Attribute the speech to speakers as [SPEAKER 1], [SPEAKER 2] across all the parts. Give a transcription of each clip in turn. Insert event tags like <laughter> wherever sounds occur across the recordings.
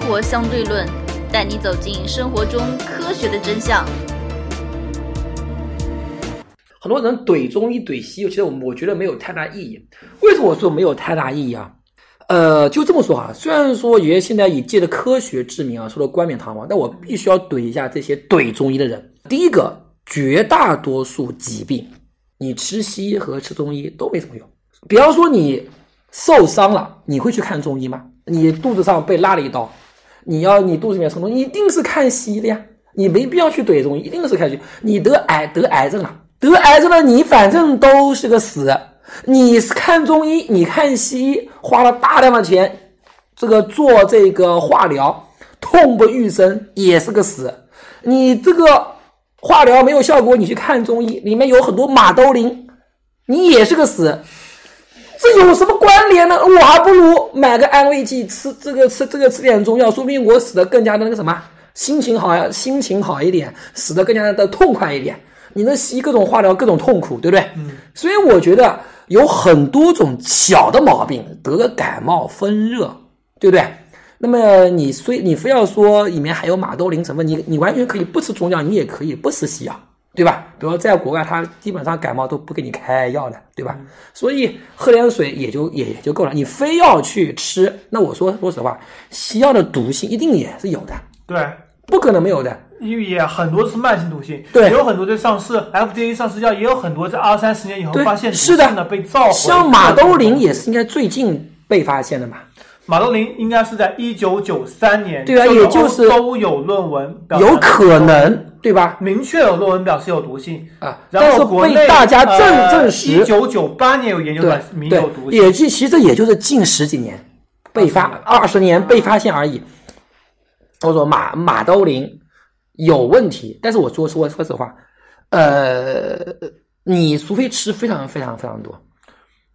[SPEAKER 1] 活相对论，带你走进生活中科学的真相。
[SPEAKER 2] 很多人怼中医怼西医，其实我我觉得没有太大意义。为什么我说没有太大意义啊？呃，就这么说啊，虽然说爷爷现在以借着科学之名啊，说的冠冕堂皇，但我必须要怼一下这些怼中医的人。第一个，绝大多数疾病，你吃西医和吃中医都没什么用。比方说你受伤了，你会去看中医吗？你肚子上被拉了一刀，你要你肚子里面什么东西，一定是看西医的呀，你没必要去怼中医，一定是看西医。你得癌得癌症了，得癌症了，你反正都是个死。你看中医，你看西医，花了大量的钱，这个做这个化疗，痛不欲生，也是个死。你这个化疗没有效果，你去看中医，里面有很多马兜铃，你也是个死。这有什么关联呢？我还不如买个安慰剂，吃这个吃这个吃点中药，说不定我死的更加的那个什么，心情好呀，心情好一点，死的更加的痛快一点。你那西医各种化疗，各种痛苦，对不对？嗯。所以我觉得有很多种小的毛病，得个感冒、风热，对不对？那么你虽你非要说里面还有马兜铃成分，你你完全可以不吃中药，你也可以不吃西药。对吧？比如说在国外，他基本上感冒都不给你开药的，对
[SPEAKER 3] 嗯
[SPEAKER 2] 吧？所以喝点水也就也也就够了。你非要去吃，那我说说实话，西药的毒性一定也是有的，
[SPEAKER 3] 对，
[SPEAKER 2] 不可能没有的。
[SPEAKER 3] 因为也很多是慢性毒性，
[SPEAKER 2] 对
[SPEAKER 3] 也有很多在上市 FDA 上市药，也有很多在二三十年以后
[SPEAKER 2] 对
[SPEAKER 3] 发现毒
[SPEAKER 2] 是的
[SPEAKER 3] 性的被召回。
[SPEAKER 2] 像马兜铃也是应该最近被发现的嘛，
[SPEAKER 3] 马兜铃应该是在一九九三年，
[SPEAKER 2] 对啊
[SPEAKER 3] 有
[SPEAKER 2] 也就是
[SPEAKER 3] 欧洲有论文表
[SPEAKER 2] 有
[SPEAKER 3] 明
[SPEAKER 2] 可能对吧？
[SPEAKER 3] 明确有论文表示有毒性，
[SPEAKER 2] 啊，但
[SPEAKER 3] 然
[SPEAKER 2] 是
[SPEAKER 3] 后国内呃
[SPEAKER 2] 被大家证证
[SPEAKER 3] 一
[SPEAKER 2] 实，
[SPEAKER 3] 九九八年有研究表
[SPEAKER 2] 对
[SPEAKER 3] 示明有
[SPEAKER 2] 对，
[SPEAKER 3] 毒性，
[SPEAKER 2] 也就其实这也就是近十几年被发二十年被发现而已。我说马马兜铃有问题，但是我说说说实话，呃，你除非吃非常非常非常多，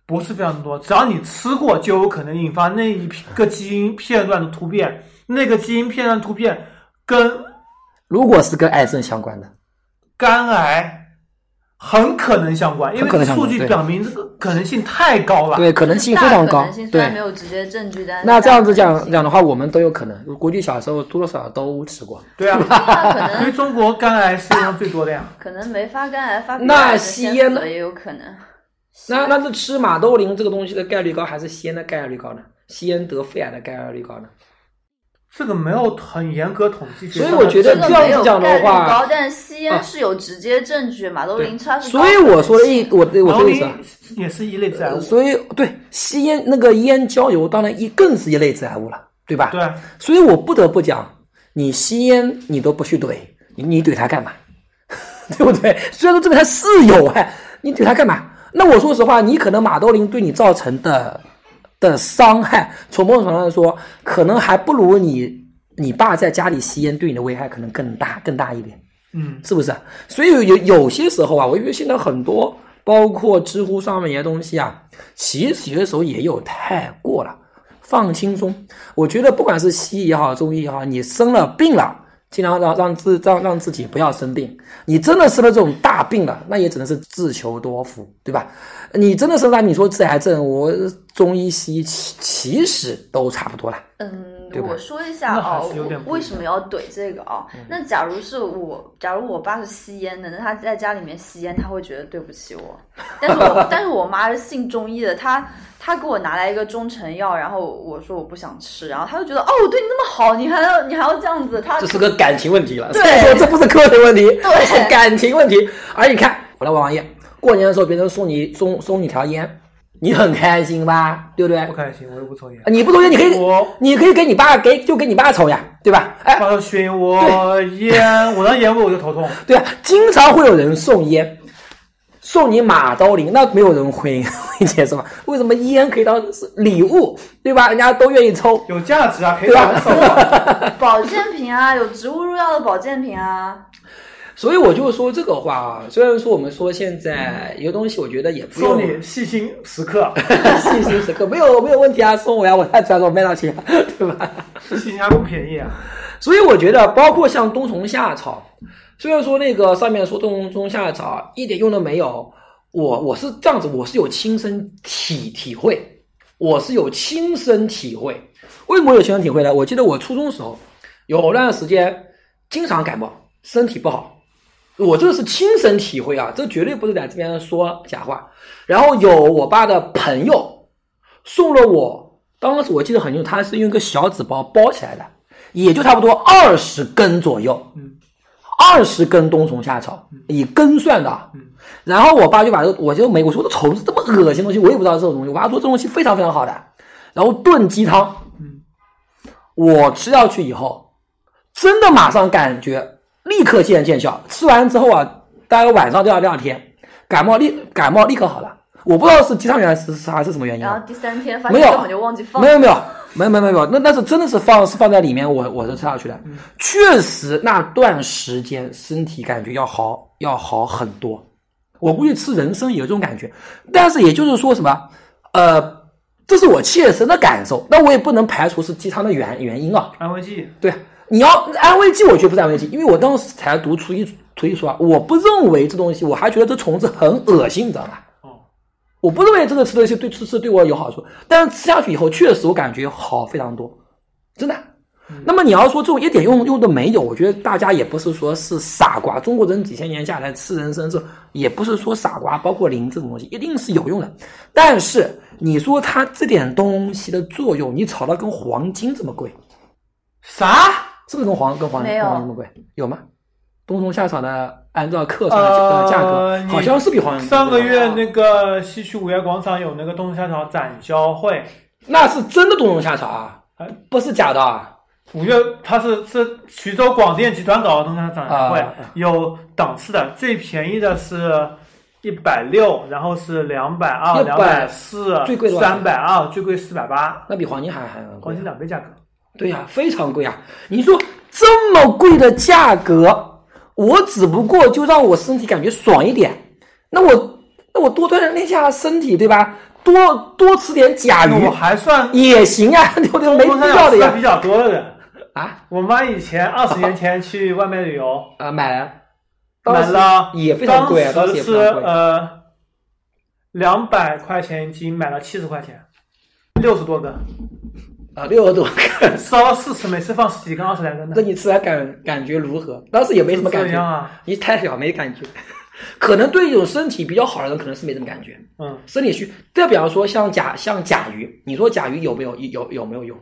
[SPEAKER 3] 不是非常多。只要你吃过，就有可能引发那一个基因片段的突变，那个基因片段突变跟
[SPEAKER 2] 如果是跟癌症相关的，
[SPEAKER 3] 肝癌很可能相关，因
[SPEAKER 2] 很可能
[SPEAKER 3] 为
[SPEAKER 2] 相
[SPEAKER 3] 数
[SPEAKER 2] 关
[SPEAKER 3] 据
[SPEAKER 2] 对
[SPEAKER 3] 表明这个可能性太高了。
[SPEAKER 2] 对，可能性非
[SPEAKER 1] 大
[SPEAKER 2] 常
[SPEAKER 1] 可
[SPEAKER 2] 高
[SPEAKER 1] 能性，虽然没
[SPEAKER 2] 对。
[SPEAKER 1] 有直接证据，但是
[SPEAKER 2] 那这样子
[SPEAKER 1] 大可
[SPEAKER 2] 讲
[SPEAKER 1] 能性
[SPEAKER 2] 讲的话，我们都有可能。估计小时候多多少少都吃过。
[SPEAKER 3] 对啊，
[SPEAKER 1] 那可
[SPEAKER 3] 因为
[SPEAKER 1] 能
[SPEAKER 3] 中国肝癌世界上最多的呀。
[SPEAKER 1] 可能没发肝癌，发
[SPEAKER 2] 那吸
[SPEAKER 1] 吸
[SPEAKER 2] 烟呢
[SPEAKER 1] 也有可能。
[SPEAKER 2] 那那是吃马兜铃这个东西的概率高，还是吸烟的概率高呢？吸烟得肺癌的概率高呢？
[SPEAKER 3] 这个没有很严格统计学
[SPEAKER 2] 所以
[SPEAKER 3] 上的证据，
[SPEAKER 2] 我觉得
[SPEAKER 1] 这个
[SPEAKER 2] 这样
[SPEAKER 1] 没有
[SPEAKER 2] 子讲的
[SPEAKER 1] 概率
[SPEAKER 2] 话
[SPEAKER 1] 高，但是吸
[SPEAKER 2] 啊
[SPEAKER 1] 烟是有直接证据，马兜铃它是高
[SPEAKER 2] 所以我说的一，我的我呃说
[SPEAKER 3] 然后
[SPEAKER 2] 的意思啊，
[SPEAKER 3] 也是一类致癌物。
[SPEAKER 2] 所以对吸烟那个烟焦油，当然一更是一类致癌物了，对吧？
[SPEAKER 3] 对，啊
[SPEAKER 2] 所以我不得不讲，你吸烟你都不去怼，你你怼它干嘛？ <laughs> 对不对？虽然说这个它是有害，你怼它干嘛？那我说实话，你可能马兜铃对你造成的的伤害，从某种程度上说，可能还不如你你爸在家里吸烟对你的危害可能更大更大一点。
[SPEAKER 3] 嗯，
[SPEAKER 2] 是不是？所以有有有些时候啊，我觉得现在很多，包括知乎上面一些东西啊，其实有的时候也有太过了，放轻松。我觉得不管是西医也好，中医也好，你生了病了，尽量让让自让让自己不要生病。你真的生了这种大病了，那也只能是自求多福，对吧？你真的生了，你说治癌症，我中医西医其其实都差不多了。
[SPEAKER 1] 嗯
[SPEAKER 2] 对，吧
[SPEAKER 1] 我说一下
[SPEAKER 3] 那
[SPEAKER 1] 哦
[SPEAKER 3] 还是有点，不
[SPEAKER 1] 我为
[SPEAKER 3] 一样嗯
[SPEAKER 1] 什么要怼这个哦？那假如是我，假如我爸是吸烟的，那他在家里面吸烟，他会觉得对不起我。但是
[SPEAKER 3] <laughs>
[SPEAKER 1] 我但是我妈是信中医的，她她给我拿来一个中成药，然后我说我不想吃，然后她就觉得哦，我对你那么好，你还要你还要这样子，她
[SPEAKER 2] 这是个感情问题了。
[SPEAKER 1] 对
[SPEAKER 2] 所以说这不是科学问题，
[SPEAKER 1] 对
[SPEAKER 2] 是感情问题。而你看，我来玩玩烟，过年的时候别人送你送送你条烟，你很开心吧？对不对
[SPEAKER 3] 不？开心，我又不抽烟。
[SPEAKER 2] 你不抽烟，你可以
[SPEAKER 3] 我
[SPEAKER 2] 你可以给你爸给就给你爸抽呀，对吧？哎，
[SPEAKER 3] 他熏我烟，闻到烟味我就头痛。
[SPEAKER 2] 对啊，经常会有人送烟。送你马兜铃，那没有人会会接受吧？啊 <laughs> 为什么烟可以当是礼物，对吧？人家都愿意抽，
[SPEAKER 3] 有价值啊，可以转手 <laughs> 啊。
[SPEAKER 1] 保健品啊，有植物入药的保健品啊，
[SPEAKER 2] 所以我就说这个话啊。虽然说我们说现在有东西，我觉得也不
[SPEAKER 3] 说
[SPEAKER 2] 用
[SPEAKER 3] 你细心时刻，
[SPEAKER 2] <laughs> 细心时刻没有没有问题啊，送我呀，我太专我卖到去，啊对吧？ <laughs>
[SPEAKER 3] 细心还不便宜啊。
[SPEAKER 2] 所以我觉得，包括像冬虫夏草，虽然说那个上面说冬虫夏草一点用都没有，我我是这样子，我是有亲身体体会。我是有亲身体会。为什么有亲身体会呢？我记得我初中时候有段时间经常感冒，身体不好。我这是亲身体会啊，这绝对不是在这边说假话。然后有我爸的朋友送了我，当时我记得很清楚，他是用一个小纸包包起来的，也就差不多二十根左右，
[SPEAKER 3] 嗯
[SPEAKER 2] 二十根冬虫夏草，以根算的啊。
[SPEAKER 3] 嗯
[SPEAKER 2] 然后我爸就把这个，我就没我说这虫子这么恶心的东西，我也不知道这种东西。我爸说这东西非常非常好的，然后炖鸡汤，
[SPEAKER 3] 嗯，
[SPEAKER 2] 我吃下去以后，真的马上感觉立刻见见效。吃完之后啊，大概晚上第二第二天，感冒立感冒立刻好了。我不知道是鸡汤原来是是还是什么原因
[SPEAKER 1] 然
[SPEAKER 2] 啊，
[SPEAKER 1] 后第三天发
[SPEAKER 2] 没
[SPEAKER 1] 现
[SPEAKER 2] 有
[SPEAKER 1] 根本就忘记放
[SPEAKER 2] 没，有没有没有没有没有没有，那那是真的是放是放在里面，我我是吃下去的，确实那段时间身体感觉要好要好很多，我估计吃人参也有这种感觉，但是也就是说什么，呃，这是我切身的感受，那我也不能排除是鸡汤的原原因啊，
[SPEAKER 3] 安慰剂，
[SPEAKER 2] 对，你要安慰剂，我觉得不是安慰剂，因为我当时才读初一初一初二，我不认为这东西，我还觉得这虫子很恶心，你知道吧？
[SPEAKER 3] 哦，
[SPEAKER 2] 我不认为这个吃东西对吃吃对我有好处，但是吃下去以后，确实我感觉好非常多，真的。
[SPEAKER 3] 嗯
[SPEAKER 2] 那么你要说这种一点用用都没有，我觉得大家也不是说是傻瓜。中国人几千年下来吃人参这也不是说傻瓜，包括灵这种东西，一定是有用的。但是你说它这点东西的作用，你炒到跟黄金这么贵，
[SPEAKER 3] 啥？
[SPEAKER 2] 是不是跟黄跟黄
[SPEAKER 1] 没有
[SPEAKER 2] 跟黄金那么贵？有吗？冬虫夏草的按照克算的价格，
[SPEAKER 3] 呃
[SPEAKER 2] 好像是比黄金贵
[SPEAKER 3] 上个
[SPEAKER 2] 吧
[SPEAKER 3] 月那个西区五月广场有那个冬虫夏草展销会，
[SPEAKER 2] 那是真的冬虫夏草啊
[SPEAKER 3] 哎，
[SPEAKER 2] 不是假的啊。
[SPEAKER 3] 五月它是是徐州广电集团搞的冬虫夏草展销会
[SPEAKER 2] 啊，
[SPEAKER 3] 有档次的，最便宜的是。一百六，然后是两百二、两
[SPEAKER 2] 100
[SPEAKER 3] 百四、
[SPEAKER 2] 最贵多少
[SPEAKER 3] 三百二，最贵四百八，
[SPEAKER 2] 那比黄金还还贵啊
[SPEAKER 3] 黄金两倍价格。
[SPEAKER 2] 对呀、非常贵啊！你说这么贵的价格，我只不过就让我身体感觉爽一点，那我那我多锻炼一下身体，对吧？多多吃点甲
[SPEAKER 3] 那
[SPEAKER 2] 啊鱼
[SPEAKER 3] 我还算
[SPEAKER 2] 也行啊， <laughs> 对不对？没
[SPEAKER 3] 冬
[SPEAKER 2] 必
[SPEAKER 3] 虫
[SPEAKER 2] 要
[SPEAKER 3] 夏
[SPEAKER 2] 的
[SPEAKER 3] 草
[SPEAKER 2] 呀
[SPEAKER 3] 比较多的人。
[SPEAKER 2] 啊
[SPEAKER 3] 我妈以前二十年前去外面旅游，
[SPEAKER 2] 啊！买了，
[SPEAKER 3] 买了
[SPEAKER 2] 当时也非常贵啊，当
[SPEAKER 3] 当
[SPEAKER 2] 时也
[SPEAKER 3] 时
[SPEAKER 2] 非
[SPEAKER 3] 是
[SPEAKER 2] 常贵。
[SPEAKER 3] 呃两百块钱一斤，买了七十块钱，六十多根，
[SPEAKER 2] 啊，六十多克，
[SPEAKER 3] 烧了四次，每次放十几根，二十来根
[SPEAKER 2] <laughs> 那
[SPEAKER 3] 的，
[SPEAKER 2] 你吃完感感觉如何？当时也没什么感
[SPEAKER 3] 这样
[SPEAKER 2] 觉，
[SPEAKER 3] 啊？
[SPEAKER 2] 你太小没感觉， <laughs> 可能对一种身体比较好的人可能是没什么感觉。
[SPEAKER 3] 嗯，
[SPEAKER 2] 生理需，再比方说像甲像甲鱼，你说甲鱼有没有有有没有用？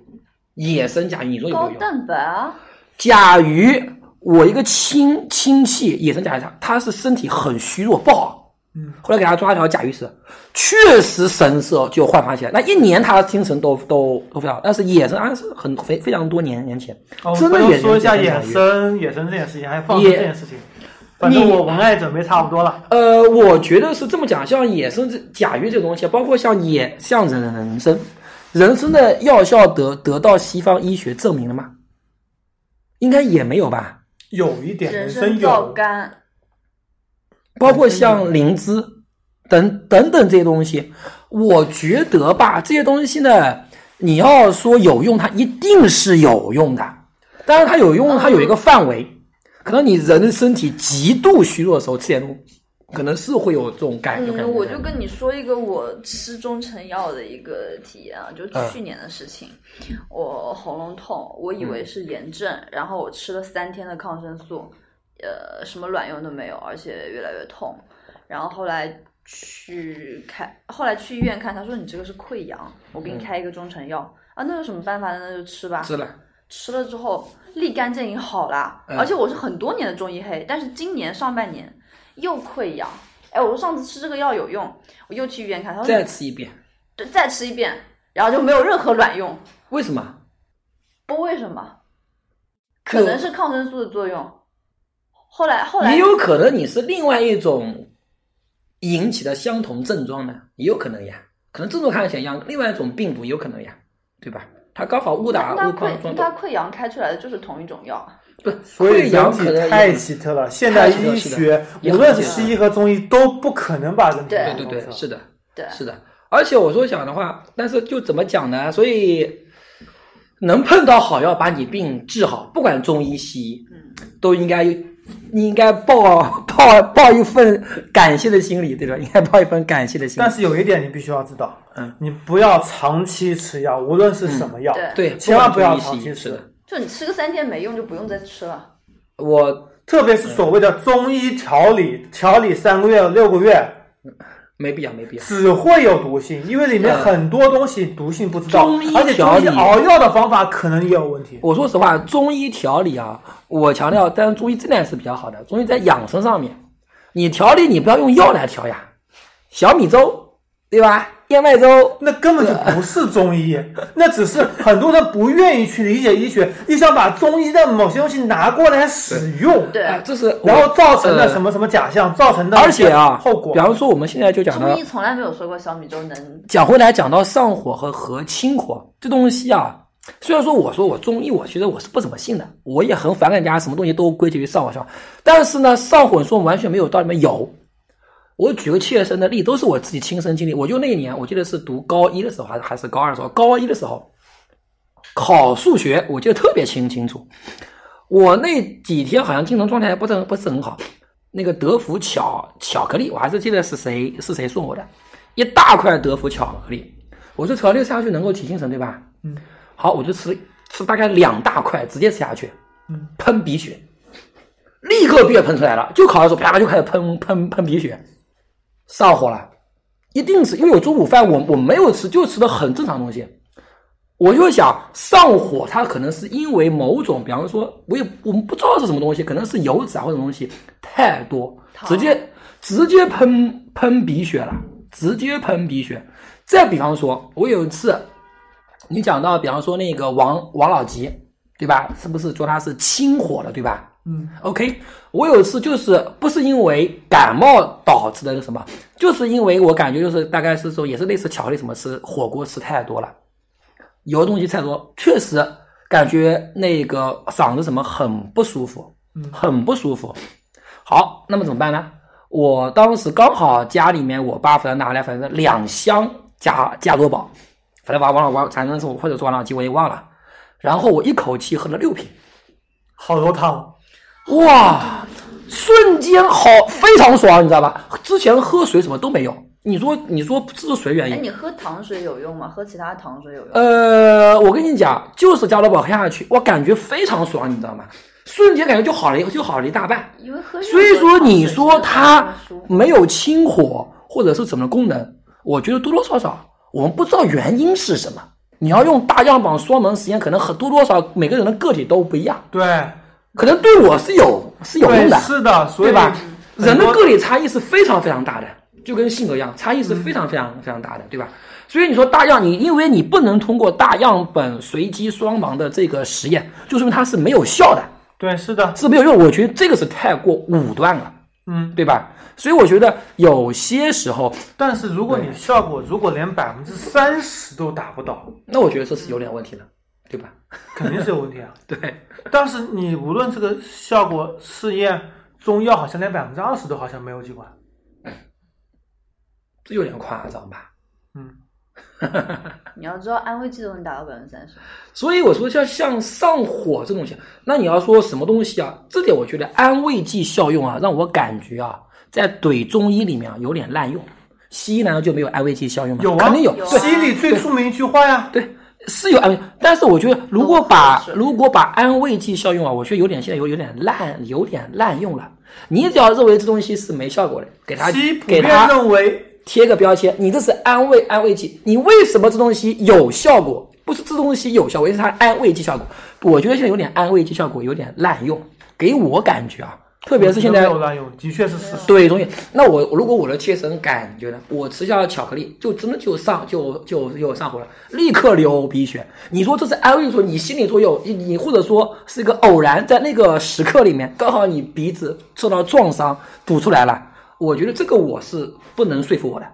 [SPEAKER 2] 野生甲鱼，你说有没
[SPEAKER 1] 高
[SPEAKER 2] 有用？
[SPEAKER 1] 蛋白啊，
[SPEAKER 2] 甲鱼，我一个亲亲戚野生甲鱼，它它是身体很虚弱，不好。
[SPEAKER 3] 嗯，
[SPEAKER 2] 后来给他抓一条甲鱼吃，确实神色就焕发起来。那一年他精神都都都非常好，但是野生啊是很非非常多年年前，
[SPEAKER 3] 哦，
[SPEAKER 2] 真的
[SPEAKER 3] 我
[SPEAKER 2] 野
[SPEAKER 3] 们
[SPEAKER 2] 生
[SPEAKER 3] 说一下
[SPEAKER 2] 野
[SPEAKER 3] 野
[SPEAKER 2] 生甲鱼。
[SPEAKER 3] 生野生这件事情，还有放生
[SPEAKER 2] 野
[SPEAKER 3] 这件事情。反正
[SPEAKER 2] 你
[SPEAKER 3] 我文案准备差不多了，
[SPEAKER 2] 呃，我觉得是这么讲，像野生这甲鱼这个东西，包括像野像人人参，人参的药效得得到西方医学证明了吗？应该也没有吧。
[SPEAKER 3] 有一点人
[SPEAKER 1] 参
[SPEAKER 3] 参
[SPEAKER 1] 皂
[SPEAKER 3] 有，
[SPEAKER 1] 苷，
[SPEAKER 2] 包
[SPEAKER 1] 啊
[SPEAKER 2] 括像灵芝等等等这些东西，我觉得吧，这些东西呢，你要说有用，它一定是有用的。当然，它有用，它
[SPEAKER 1] 啊
[SPEAKER 2] 有一个范围，可能你人的身体极度虚弱的时候吃点东西，可能是会有这种感有感觉的。
[SPEAKER 1] 嗯，我就跟你说一个我吃中成药的一个体验啊，就
[SPEAKER 2] 嗯
[SPEAKER 1] 去年的事情，我喉咙痛，我以
[SPEAKER 2] 嗯
[SPEAKER 1] 为是炎症，然后我吃了三天的抗生素，呃，什么卵用都没有，而且越来越痛，然后后来。去看，后来去医院看，他说你这个是溃疡，我
[SPEAKER 2] 嗯
[SPEAKER 1] 给你开一个中成药、啊，那有什么办法呢？那就吃吧。
[SPEAKER 2] 吃了。
[SPEAKER 1] 吃了之后立竿见影好啦，
[SPEAKER 2] 嗯
[SPEAKER 1] 而且我是很多年的中医黑，但是今年上半年又溃疡。哎，我说上次吃这个药有用，我又去医院看，他说
[SPEAKER 2] 再
[SPEAKER 1] 你
[SPEAKER 2] 吃一遍，
[SPEAKER 1] 对再吃一遍，然后就没有任何卵用，
[SPEAKER 2] 为什么？
[SPEAKER 1] 不为什么，可能是抗生素的作用。后来后来
[SPEAKER 2] 也有可能你是另外一种引起的相同症状呢，也有可能呀。可能症状看起来一样，另外一种病毒也有可能呀，对吧？它刚好误打
[SPEAKER 1] 那那
[SPEAKER 2] 误撞撞
[SPEAKER 1] 溃
[SPEAKER 2] 到
[SPEAKER 1] 那，溃疡开出来的就是同一种药，
[SPEAKER 2] 不是
[SPEAKER 3] 所以
[SPEAKER 2] 溃疡
[SPEAKER 3] 人体
[SPEAKER 2] 可能
[SPEAKER 3] 太
[SPEAKER 2] 也
[SPEAKER 3] 奇特了。现代医学，
[SPEAKER 2] 也
[SPEAKER 3] 无
[SPEAKER 2] 很
[SPEAKER 3] 论是
[SPEAKER 2] 奇特
[SPEAKER 3] 西医和中医，都不可能把人体
[SPEAKER 1] 对
[SPEAKER 2] 对对对，是的，
[SPEAKER 1] 对，
[SPEAKER 2] 是的。而且我说想的话，但是就怎么讲呢？所以能碰到好药把你病治好，不管中医西医
[SPEAKER 1] 嗯，
[SPEAKER 2] 都应该你应该抱抱抱一份感谢的心理，对吧？应该抱一份感谢的心理
[SPEAKER 3] 但。是有一点你必须要知道，
[SPEAKER 2] 嗯，
[SPEAKER 3] 你不要长期吃药，无论是什么药，
[SPEAKER 1] 嗯
[SPEAKER 2] 对，
[SPEAKER 3] 千万不要
[SPEAKER 2] 不管中
[SPEAKER 3] 长
[SPEAKER 2] 医西
[SPEAKER 3] 期
[SPEAKER 2] 医是的
[SPEAKER 3] 吃，
[SPEAKER 1] 就你吃个三天没用，就不用再吃了。
[SPEAKER 2] 我
[SPEAKER 3] 特别是所谓的中医调理，调理三个月、六个月，
[SPEAKER 2] 没必要，没必要。
[SPEAKER 3] 只会有毒性，因为里面
[SPEAKER 2] 对
[SPEAKER 3] 很多东西毒性不知道
[SPEAKER 2] 中医，
[SPEAKER 3] 而且
[SPEAKER 2] 调
[SPEAKER 3] 中医
[SPEAKER 2] 理
[SPEAKER 3] 熬药的方法可能也有问题。
[SPEAKER 2] 我说实话，中医调理啊，我强调，但是中医真的是比较好的。中医在养生上面，你调理你不要用药来调呀，小米粥对吧？燕麦粥，
[SPEAKER 3] 那根本就不是中医，那只是很多人不愿意去理解医学，你想把中医的某些东西拿过来使用，
[SPEAKER 1] 对，啊
[SPEAKER 2] 哎这是
[SPEAKER 3] 然后造成了
[SPEAKER 2] 的
[SPEAKER 3] 什？么什么假象，造成的
[SPEAKER 2] 呃呃而且啊，
[SPEAKER 3] 后果
[SPEAKER 2] 比。方说我们现在就讲到
[SPEAKER 1] 中医从来没有说过小米粥能
[SPEAKER 2] 讲回来，讲到上火和和清火这东西啊，虽然说我说我中医，我其实我是不怎么信的，我也很反感人家什么东西都归结于上火上，但是呢，上火你说完全没有道理吗？有。我举个切身的例，都是我自己亲身经历。我就那一年，我记得是读高一的时候，还是还是高二的时候，高一的时候考数学，我记得特别清清楚。我那几天好像精神状态不是很不是很好，那个德芙巧巧克力，我还是记得是谁是谁送我的，一大块德芙巧克力，我说巧克力吃下去能够提精神，对吧？
[SPEAKER 3] 嗯，
[SPEAKER 2] 好，我就吃吃大概两大块，直接吃下去，
[SPEAKER 3] 嗯，
[SPEAKER 2] 喷鼻血，立刻鼻血喷出来了，就考的时候啪就开始喷喷喷鼻血，上火了，一定是因为我中午饭我我没有吃，就吃的很正常的东西，我就想上火，它可能是因为某种，比方说，我也我们不知道是什么东西，可能是油脂啊或者什么东西太多，
[SPEAKER 1] 糖
[SPEAKER 2] 直接直接喷喷鼻血了，直接喷鼻血。再比方说，我有一次，你讲到比方说那个王王老吉，对吧？是不是说他是清火的，对吧？
[SPEAKER 3] 嗯，
[SPEAKER 2] OK，我有一次就是不是因为感冒导致的那什么，就是因为我感觉就是大概是说也是类似巧克力什么吃火锅吃太多了，油的东西太多，确实感觉那个嗓子什么很不舒服，很不舒服。好，那么怎么办呢？我当时刚好家里面我爸反正拿来反正两箱加加多宝，反正王王王反正是我或者是王老吉我也忘了，然后我一口气喝了六瓶。
[SPEAKER 3] 好多汤，
[SPEAKER 2] 哇，瞬间好非常爽，你知道吧？之前喝水什么都没有，你说你说这是谁原
[SPEAKER 1] 哎，
[SPEAKER 2] 因？
[SPEAKER 1] 你喝糖水有用吗？喝其他糖水有用？
[SPEAKER 2] 呃，我跟你讲，就是加多宝喝下去，我感觉非常爽，你知道吗？瞬间感觉就好了一，就好了一大半。
[SPEAKER 1] 因为喝。
[SPEAKER 2] 所以说，你说它没有清火或者是什么功能，我觉得多多少少我们不知道原因是什么。你要用大样本双门实验，可能很多多少每个人的个体都不一样，
[SPEAKER 3] 对，
[SPEAKER 2] 可能对我是有是有用
[SPEAKER 3] 对，
[SPEAKER 2] 的。
[SPEAKER 3] 是的，所以
[SPEAKER 2] 对吧？
[SPEAKER 3] 很
[SPEAKER 2] 人的
[SPEAKER 3] 多
[SPEAKER 2] 个体差异是非常非常大的，就跟性格一样，差异是非常非常非常大的，对吧？所以你说大样，你因为你不能通过大样本随机双盲的这个实验，就说明它是没有效的，
[SPEAKER 3] 对，是的，
[SPEAKER 2] 是没有用。我觉得这个是太过武断了，
[SPEAKER 3] 嗯。
[SPEAKER 2] 对吧？所以我觉得有些时候，
[SPEAKER 3] 但是如果你效果如果连百分之三十都达不到，
[SPEAKER 2] 那我觉得这是有点问题了，对吧？
[SPEAKER 3] 肯定是有问题啊。 <laughs>
[SPEAKER 2] 对，
[SPEAKER 3] 但是你无论这个效果试验，中药好像连百分之二十都好像没有几款。
[SPEAKER 2] 这有点夸张吧？
[SPEAKER 3] 嗯，
[SPEAKER 1] 你要知道安慰剂都能达到百分之三十。
[SPEAKER 2] 所以我说像像上火这种东西，那你要说什么东西啊？这点我觉得安慰剂效用啊，让我感觉啊，在怼中医里面啊有点滥用。西医难道就没有安慰剂效用吗？
[SPEAKER 3] 有啊，
[SPEAKER 2] 肯定有，
[SPEAKER 1] 有啊
[SPEAKER 2] 对
[SPEAKER 3] 西里最出名一句话呀， <laughs>
[SPEAKER 2] 对是有安慰，但是我觉得如果把
[SPEAKER 1] 都是
[SPEAKER 2] 如果把安慰剂效用啊，我觉得有点现在有有点滥，有点滥用了。你只要认为这东西是没效果的，给它
[SPEAKER 3] 西医普
[SPEAKER 2] 给
[SPEAKER 3] 遍
[SPEAKER 2] 它
[SPEAKER 3] 认为，
[SPEAKER 2] 贴个标签，你这是安慰安慰剂，你为什么这东西有效果？不是这东西有效果，而是它安慰剂效果。我觉得现在有点安慰剂效果有点滥用，给我感觉啊，特别是现
[SPEAKER 3] 没
[SPEAKER 2] 在
[SPEAKER 3] 有滥用，的确是事实。
[SPEAKER 2] 对东西。那我如果我的切身感觉呢，我吃下巧克力就真的就上就就就上火了，立刻流鼻血。你说这是安慰说你心理作用，你你或者说是一个偶然，在那个时刻里面刚好你鼻子受到撞伤堵出来了，我觉得这个我是不能说服我的，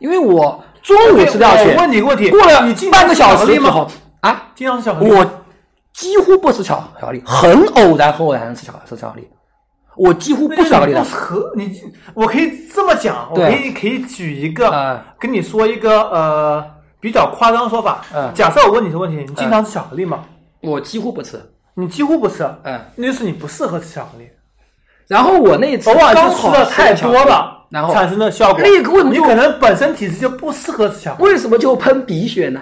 [SPEAKER 2] 因为我中午吃掉去
[SPEAKER 3] 我，问你个问题，
[SPEAKER 2] 过了
[SPEAKER 3] 你经常
[SPEAKER 2] 半个小
[SPEAKER 3] 吃巧克
[SPEAKER 2] 时
[SPEAKER 3] 力
[SPEAKER 2] 之
[SPEAKER 3] 吗
[SPEAKER 2] 后？啊，
[SPEAKER 3] 经常吃巧克力吗，
[SPEAKER 2] 我几乎不吃巧克力，很偶然很偶然吃巧克吃巧克力，我几乎不吃巧克力的
[SPEAKER 3] 不。合你，我可以这么讲，我可
[SPEAKER 2] 对
[SPEAKER 3] 以可以举一个，
[SPEAKER 2] 嗯
[SPEAKER 3] 跟你说一个呃比较夸张的说法。
[SPEAKER 2] 嗯
[SPEAKER 3] 假设我问你这个问题，你经常吃巧克力吗？
[SPEAKER 2] 我几乎不吃。
[SPEAKER 3] 你几乎不吃，
[SPEAKER 2] 嗯，
[SPEAKER 3] 那就是你不适合吃巧克力。
[SPEAKER 2] 然后我那次
[SPEAKER 3] 偶尔
[SPEAKER 2] 刚
[SPEAKER 3] 是吃
[SPEAKER 2] 好
[SPEAKER 3] 的
[SPEAKER 2] 吃
[SPEAKER 3] 太
[SPEAKER 2] 巧
[SPEAKER 3] 多
[SPEAKER 2] 克力
[SPEAKER 3] 了，
[SPEAKER 2] 然后
[SPEAKER 3] 产生的效果。
[SPEAKER 2] 那个为什么
[SPEAKER 3] 你
[SPEAKER 2] 就
[SPEAKER 3] 可能本身体质就不适合吃巧克力，
[SPEAKER 2] 为什么就喷鼻血呢？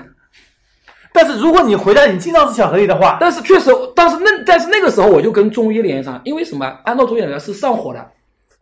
[SPEAKER 3] 但是如果你回来你经常吃巧克力的话，
[SPEAKER 2] 但是确实，当时那但是那个时候我就跟中医联系上，因为什么？按照中医来说是上火的，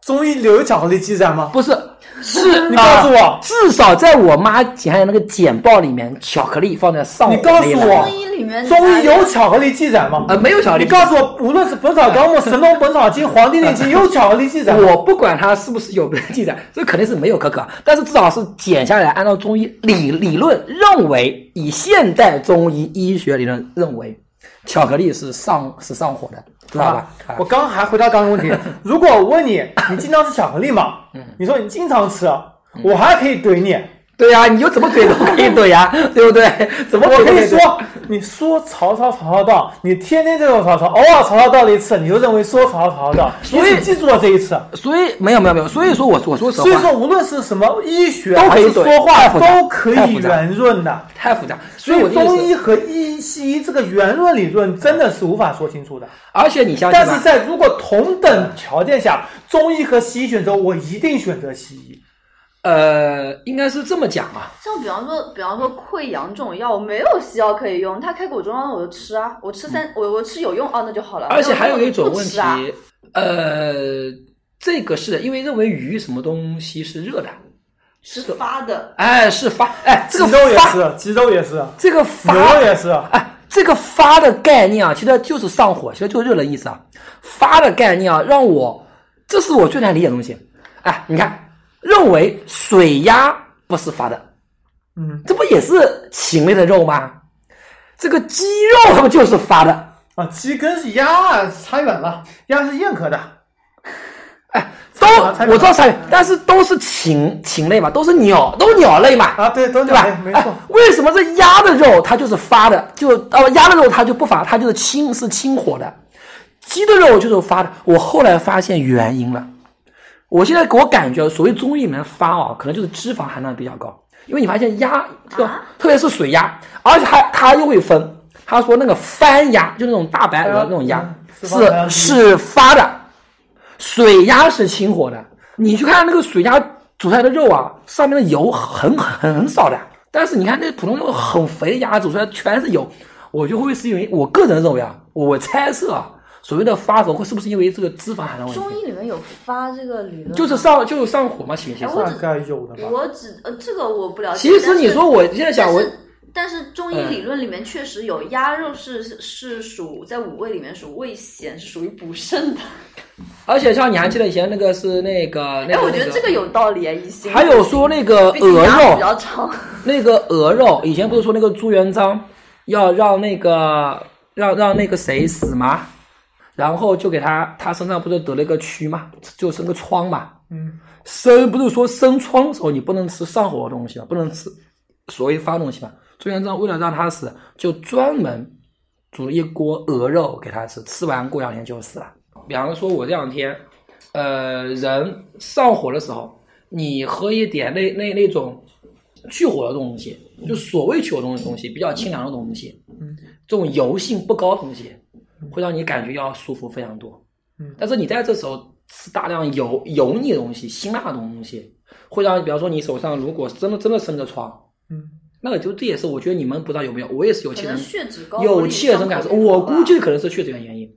[SPEAKER 3] 中医留有巧克力积攒吗？
[SPEAKER 2] 不是是
[SPEAKER 3] 你告诉我
[SPEAKER 2] 啊至少在我妈检验那个简报里面，巧克力放在上火
[SPEAKER 3] 你告诉
[SPEAKER 2] 那一栏
[SPEAKER 3] 我
[SPEAKER 1] 中医里面
[SPEAKER 3] 中医有巧克力记载吗？
[SPEAKER 2] 呃没有巧克力，
[SPEAKER 3] 你告诉我，无论是《本草纲目》《神农本草经》《黄帝内
[SPEAKER 2] 嗯
[SPEAKER 3] 经》，有巧克力记载吗？
[SPEAKER 2] 我不管它是不是有没有记载，这肯定是没有可可，但是至少是减下来，按照中医理理论认为，以现代中医医学理论认为，巧克力是上 <laughs> 是上火的，知道吧？ <laughs> 啊
[SPEAKER 3] 我刚刚还回答刚刚
[SPEAKER 2] <laughs>
[SPEAKER 3] 问题，如果我问你，你经常吃巧克力吗？
[SPEAKER 2] 嗯
[SPEAKER 3] 你说你经常吃，我还可以怼你，
[SPEAKER 2] 对呀、你就怎么怼都可以怼呀、对不对？怎么
[SPEAKER 3] 我
[SPEAKER 2] 怼都
[SPEAKER 3] 可
[SPEAKER 2] 可
[SPEAKER 3] 以
[SPEAKER 2] 以怼
[SPEAKER 3] 说，你说曹操曹操到，你天天这种曹操，偶尔曹操到了一次，你就认为说曹操曹操到，
[SPEAKER 2] 所以
[SPEAKER 3] 你只记住了这一次。
[SPEAKER 2] 所以没有没有没有，所以说我我说实话，
[SPEAKER 3] 所以说，无论是什么医学
[SPEAKER 2] 都可
[SPEAKER 3] 还
[SPEAKER 2] 以
[SPEAKER 3] 是
[SPEAKER 2] 怼
[SPEAKER 3] 说话
[SPEAKER 2] 太，复杂
[SPEAKER 3] 都可
[SPEAKER 2] 太
[SPEAKER 3] 以
[SPEAKER 2] 复杂
[SPEAKER 3] 圆润的。
[SPEAKER 2] 太复杂，所
[SPEAKER 3] 所
[SPEAKER 2] 以我的意思
[SPEAKER 3] 以中医和医西医这个圆润理论真的是无法说清楚的。
[SPEAKER 2] 而且你相信
[SPEAKER 3] 但是
[SPEAKER 2] 吧，
[SPEAKER 3] 在如果同等条件下，中医和西医选择，我一定选择西医。
[SPEAKER 2] 呃，应该是这么讲啊，
[SPEAKER 1] 像比方说，比方说溃疡这种药，我没有西药可以用，他开给我中药我就吃啊，我吃三，我我吃有用哦，那就好了。
[SPEAKER 2] 嗯而且还有一种
[SPEAKER 1] 不
[SPEAKER 2] 问题
[SPEAKER 1] 吃啊，
[SPEAKER 2] 呃，这个是的因为认为鱼什么东西是热的，
[SPEAKER 1] 是发的，
[SPEAKER 2] 哎，是发，哎，这
[SPEAKER 3] 鸡
[SPEAKER 2] 个
[SPEAKER 3] 肉也
[SPEAKER 2] 发，
[SPEAKER 3] 是，鸡肉也是，
[SPEAKER 2] 这个
[SPEAKER 3] 牛
[SPEAKER 2] 发
[SPEAKER 3] 肉，也是。
[SPEAKER 2] 哎，这个发的概念啊，其实就是上火，其实就是热的意思啊。发的概念啊，让我，这是我最难理解的东西。哎，你看，认为水鸭不是发的，
[SPEAKER 3] 嗯
[SPEAKER 2] 这不也是禽类的肉吗？这个鸡肉它不就是发的？
[SPEAKER 3] 啊，鸡跟是鸭差远了，鸭是燕科的。
[SPEAKER 2] 都
[SPEAKER 3] 猜不到猜不
[SPEAKER 2] 我
[SPEAKER 3] 到
[SPEAKER 2] 知道差别，但是都是禽禽类嘛，都是鸟，都是鸟类嘛，
[SPEAKER 3] 啊，对，都
[SPEAKER 2] 对吧？
[SPEAKER 3] 对，没
[SPEAKER 2] 哎
[SPEAKER 3] 错。
[SPEAKER 2] 为什么这鸭的肉它就是发的，就哦鸭的肉它就不发，它就是清是清火的，鸡的肉就是发的。我后来发现原因了，我现在给我感觉所谓中医里面发啊，可能就是脂肪含量比较高，因为你发现鸭特、
[SPEAKER 1] 啊
[SPEAKER 2] 特别是水鸭，而且还它又会分，他说那个番鸭就那种大白鹅那种鸭
[SPEAKER 3] 嗯脂肪含量
[SPEAKER 2] 是
[SPEAKER 3] 低
[SPEAKER 2] 是发的。水鸭是清火的，你去看那个水鸭煮出来的肉啊，上面的油很很很少的，但是你看那普通那种很肥的鸭煮出来全是油，我就会是因为我个人认为啊，我猜测啊，所谓的发火会是不是因为这个脂肪含量问
[SPEAKER 1] 中
[SPEAKER 2] 题？
[SPEAKER 1] 医里面有发这个理论吗，
[SPEAKER 2] 就是上就是上火嘛，其实
[SPEAKER 1] 哎
[SPEAKER 2] 是
[SPEAKER 1] 我
[SPEAKER 3] 大概有的吧。
[SPEAKER 1] 我只呃这个我不了解。
[SPEAKER 2] 其实你
[SPEAKER 1] 但是
[SPEAKER 2] 说我现在想嗯我
[SPEAKER 1] 但是但是中医理论里面确实有鸭肉是是属在五味里面属味咸，是属于补肾的。
[SPEAKER 2] 而且像你还记得以前那个是那个那
[SPEAKER 1] 哎，
[SPEAKER 2] 个，
[SPEAKER 1] 我觉得这个有道理啊，一心。
[SPEAKER 2] 还有说那个
[SPEAKER 1] 毕竟
[SPEAKER 2] 鹅
[SPEAKER 1] 鸭
[SPEAKER 2] 肉
[SPEAKER 1] 比，较长， <laughs>
[SPEAKER 2] 那个鹅肉，以前不是说那个朱元璋要让那个让让那个谁死吗？然后就给他他身上不是得了一个蛆嘛，就生个疮嘛。
[SPEAKER 3] 嗯，
[SPEAKER 2] 生不是说生疮的时候你不能吃上火的东西嘛，不能吃所谓发的东西嘛。朱元璋为了让他死，就专门煮了一锅鹅肉给他吃，吃完过两天就死了。比方说，我这两天，呃，人上火的时候，你喝一点那那那种去火的东西，就所谓去火的东西，东西比较清凉的东西，
[SPEAKER 3] 嗯，
[SPEAKER 2] 这种油性不高的东西，会让你感觉要舒服非常多。
[SPEAKER 3] 嗯
[SPEAKER 2] 但是你在这时候吃大量油油腻的东西、辛辣的东西，会让比方说你手上如果真的真的生着疮，
[SPEAKER 3] 嗯，
[SPEAKER 2] 那个就这也是我觉得你们不知道有没有，我也是有
[SPEAKER 1] 可
[SPEAKER 2] 切
[SPEAKER 1] 能
[SPEAKER 2] 身
[SPEAKER 1] 血脂高，
[SPEAKER 2] 有切身感受，我估计可能是确诊原因。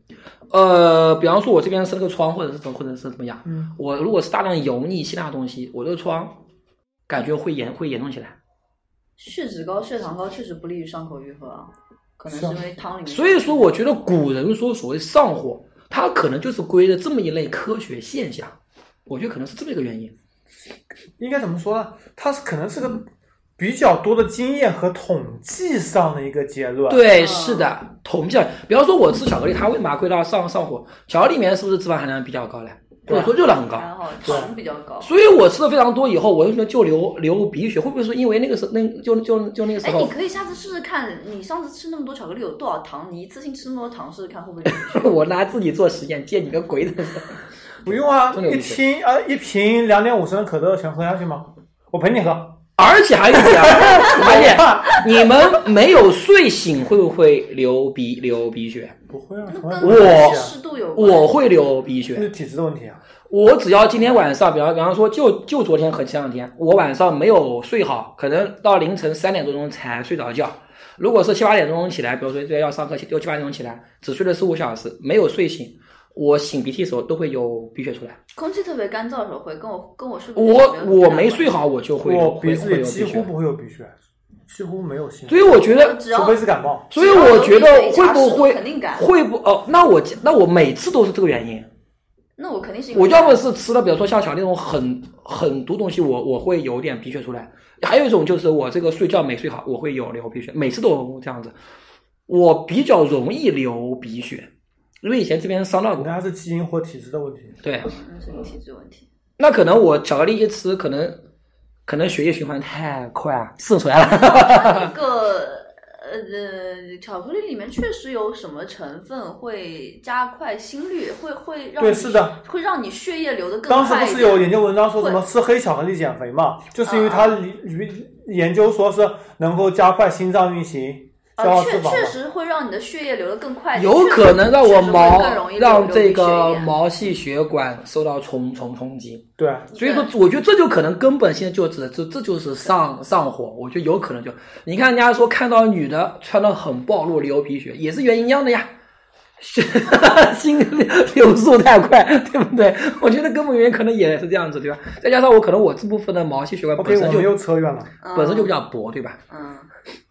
[SPEAKER 2] 呃，比方说我这边生了个疮，或者是怎么或者是怎么样，
[SPEAKER 3] 嗯，
[SPEAKER 2] 我如果是大量油腻辛辣的东西，我这个疮感觉会严会严重起来。
[SPEAKER 1] 血脂高、血糖高确实不利于伤口愈合啊，可能是
[SPEAKER 3] 是啊
[SPEAKER 1] 因为汤里面。
[SPEAKER 2] 所以说，我觉得古人说所谓上火，它可能就是归了这么一类科学现象，我觉得可能是这么一个原因。
[SPEAKER 3] 应该怎么说呢？它是可能是个比较多的经验和统计上的一个结论。，
[SPEAKER 2] 对，是的，统计啊。比方说，我吃巧克力，它为嘛会到上上火？巧克力里面是不是脂肪含量比较高嘞？或
[SPEAKER 3] 对
[SPEAKER 2] 者说热量很高？
[SPEAKER 1] 还好糖比较高。
[SPEAKER 2] 所以我吃的非常多以后，我为什么就流流鼻血？会不会是因为那个时那就就就那个时
[SPEAKER 1] 哎，
[SPEAKER 2] 候
[SPEAKER 1] 你，可以下次试试看，你上次吃那么多巧克力有多少糖？你一次性吃那么多糖，试试看会不会有影响
[SPEAKER 2] <laughs> 我拿自己做实验，见你个鬼的！
[SPEAKER 3] 不用啊，
[SPEAKER 2] 真的有
[SPEAKER 3] 一
[SPEAKER 2] 意思
[SPEAKER 3] 听啊，一瓶两点五升的可乐全喝下去吗？我陪你喝，
[SPEAKER 2] 而且还有一点，啊而且你们没有睡醒会不会流鼻流鼻血？
[SPEAKER 3] 不会啊，
[SPEAKER 1] 就
[SPEAKER 3] 从来
[SPEAKER 1] 跟
[SPEAKER 3] 不
[SPEAKER 2] 我
[SPEAKER 3] 会啊
[SPEAKER 1] 湿度有关。
[SPEAKER 2] 我会流鼻
[SPEAKER 3] 这
[SPEAKER 2] 血，
[SPEAKER 3] 是体质的问题啊。
[SPEAKER 2] 我只要今天晚上，比方比方说就，就昨天和前两天，我晚上没有睡好，可能到凌晨三点多钟才睡着觉。如果是七八点钟起来，比如说要上课六七八点钟起来，只睡了四五小时，没有睡醒，我擤鼻涕的时候都会有鼻血出来。
[SPEAKER 1] 空气特别干燥的时候会跟我跟我睡不着
[SPEAKER 2] 我
[SPEAKER 1] 觉有
[SPEAKER 2] 我
[SPEAKER 1] 关
[SPEAKER 2] 没睡好，我就会
[SPEAKER 3] 我
[SPEAKER 2] 会
[SPEAKER 3] 鼻子
[SPEAKER 2] 会
[SPEAKER 3] 里
[SPEAKER 2] 有
[SPEAKER 3] 几
[SPEAKER 2] 鼻
[SPEAKER 3] 乎
[SPEAKER 2] 血。
[SPEAKER 3] 不会有鼻血，几乎没有腥，
[SPEAKER 2] 所以我觉得
[SPEAKER 1] 我只要
[SPEAKER 3] 除非是感冒。
[SPEAKER 2] 所以我觉得会不
[SPEAKER 1] 只要流鼻水
[SPEAKER 2] 会
[SPEAKER 1] 肯定干
[SPEAKER 2] 会不哦？那我那我每次都是这个原因。
[SPEAKER 1] 那我肯定是因为
[SPEAKER 2] 我要么是吃了，比如说像小那种很很毒东西，我我会有点鼻血出来。还有一种就是我这个睡觉没睡好，我会有流鼻血，每次都这样子。我比较容易流鼻血，因为以前这边伤到
[SPEAKER 3] 你
[SPEAKER 2] 过。
[SPEAKER 3] 那是基因或体质的问题。
[SPEAKER 2] 对，
[SPEAKER 1] 嗯是你体质问题。
[SPEAKER 2] 那可能我巧克力一吃，可能可能血液循环太快，渗出来了。 <laughs>
[SPEAKER 1] 那个呃，巧克力里面确实有什么成分会加快心率，会会让
[SPEAKER 3] 对，
[SPEAKER 1] 你
[SPEAKER 3] 是的，
[SPEAKER 1] 会让你血液流得更
[SPEAKER 3] 当时
[SPEAKER 1] 快
[SPEAKER 3] 不
[SPEAKER 1] 一
[SPEAKER 3] 是
[SPEAKER 1] 点
[SPEAKER 3] 有研究文章说什么吃黑巧克力减肥嘛？就是因为它
[SPEAKER 1] 啊
[SPEAKER 3] 里里研究说是能够加快心脏运行、消
[SPEAKER 1] 呃，
[SPEAKER 3] 耗脂
[SPEAKER 1] 确
[SPEAKER 3] 肪
[SPEAKER 1] 确
[SPEAKER 3] 嘛。
[SPEAKER 1] 实会让你的血液流得更快一点，
[SPEAKER 2] 有可能让我
[SPEAKER 1] 确
[SPEAKER 2] 毛
[SPEAKER 1] 实会更容易流
[SPEAKER 2] 让这
[SPEAKER 1] 流
[SPEAKER 2] 个
[SPEAKER 1] 鼻血液
[SPEAKER 2] 毛细血管受到重重冲击。
[SPEAKER 3] 对，
[SPEAKER 2] 所以说，我觉得这就可能根本现在就只这这就是上上火，我觉得有可能就你看人家说看到女的穿的很暴露流鼻血，也是原因一样的呀，是 <laughs> 心流流速太快，对不对？我觉得根本原因可能也是这样子，对吧？再加上我可能我这部分的毛细血管
[SPEAKER 3] OK，
[SPEAKER 2] 本身
[SPEAKER 3] 我
[SPEAKER 2] 就
[SPEAKER 3] 们又扯远了。
[SPEAKER 2] 本身就比较薄，对吧？
[SPEAKER 1] 嗯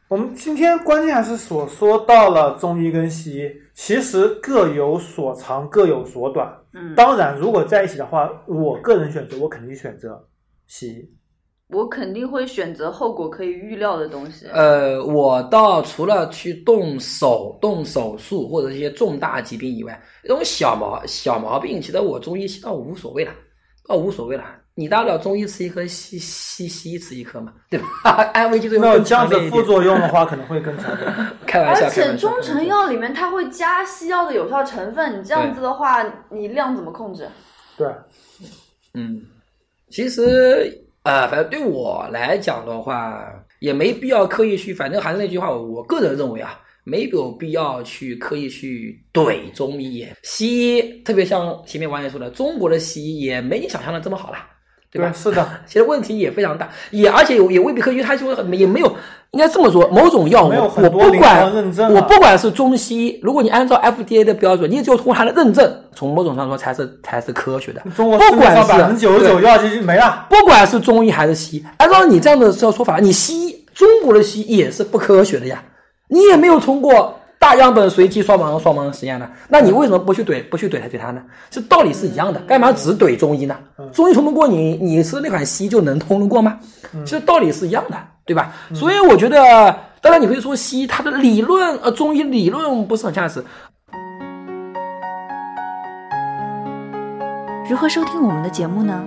[SPEAKER 3] 我们今天关键还是所说到了中医跟西医，其实各有所长，各有所短。
[SPEAKER 1] 嗯，嗯
[SPEAKER 3] 当然，如果在一起的话，我个人选择，我肯定选择西医。
[SPEAKER 1] 我肯定会选择后果可以预料的东
[SPEAKER 2] <laughs>
[SPEAKER 1] 西。
[SPEAKER 2] 呃，我倒除了去动手、动手术或者一些重大疾病以外，这种小毛小毛病，其实我中医倒无所谓了，倒无所谓了。你大不了中医吃一颗，西西西医吃一颗嘛，对吧？ <laughs> 安慰剂最后
[SPEAKER 3] 那
[SPEAKER 2] 更
[SPEAKER 3] 这样
[SPEAKER 2] 强
[SPEAKER 3] 子
[SPEAKER 2] 烈一
[SPEAKER 3] 副
[SPEAKER 2] 点。<laughs>
[SPEAKER 3] 作用的话，可能会更常见。
[SPEAKER 2] 开玩笑，
[SPEAKER 1] 而
[SPEAKER 2] 开玩
[SPEAKER 1] 且
[SPEAKER 2] 笑
[SPEAKER 1] 中
[SPEAKER 2] 开玩
[SPEAKER 1] 成
[SPEAKER 2] 笑
[SPEAKER 1] 药里面它会加西药的有效成分，你这样子的话，你量怎么控制？
[SPEAKER 3] 对，
[SPEAKER 2] 嗯，其实呃，反正对我来讲的话，也没必要刻意去，反正还是那句话，我我个人认为啊，没有必要去刻意去怼中医、西医，特别像前面王爷说的，中国的西医也没你想象的这么好啦，对吧？
[SPEAKER 3] 是
[SPEAKER 1] <laughs>
[SPEAKER 3] 的，
[SPEAKER 2] 其实问题也非常大，也而且也未必科学，因为它就很也没有，应该这么说，某种药
[SPEAKER 3] 没有
[SPEAKER 2] 我
[SPEAKER 3] 很
[SPEAKER 2] 我
[SPEAKER 3] 多
[SPEAKER 2] 不
[SPEAKER 3] 临
[SPEAKER 2] 管
[SPEAKER 3] 床认证啊
[SPEAKER 2] 我不管是中西医，如果你按照 FDA 的标准，你也只有通过它的认证，从某种上说才是才是科学的。
[SPEAKER 3] 中国
[SPEAKER 2] 不
[SPEAKER 3] 市面
[SPEAKER 2] 管
[SPEAKER 3] 上
[SPEAKER 2] 是
[SPEAKER 3] 百分之九十九药剂就没了。
[SPEAKER 2] 不管是中医还是西医，按照你这样的说说法，你西医中国的西医也是不科学的呀，你也没有通过大样本随机双盲双盲实验呢，那你为什么不去怼不去怼他怼他呢？这道理是一样的，干嘛只怼中医呢？中医通不过你，你吃那款西医就能通得过吗？其实道理是一样的，对吧？所以我觉得，当然你会说西医它的理论呃中医理论不是很相似，
[SPEAKER 4] 如何收听我们的节目呢？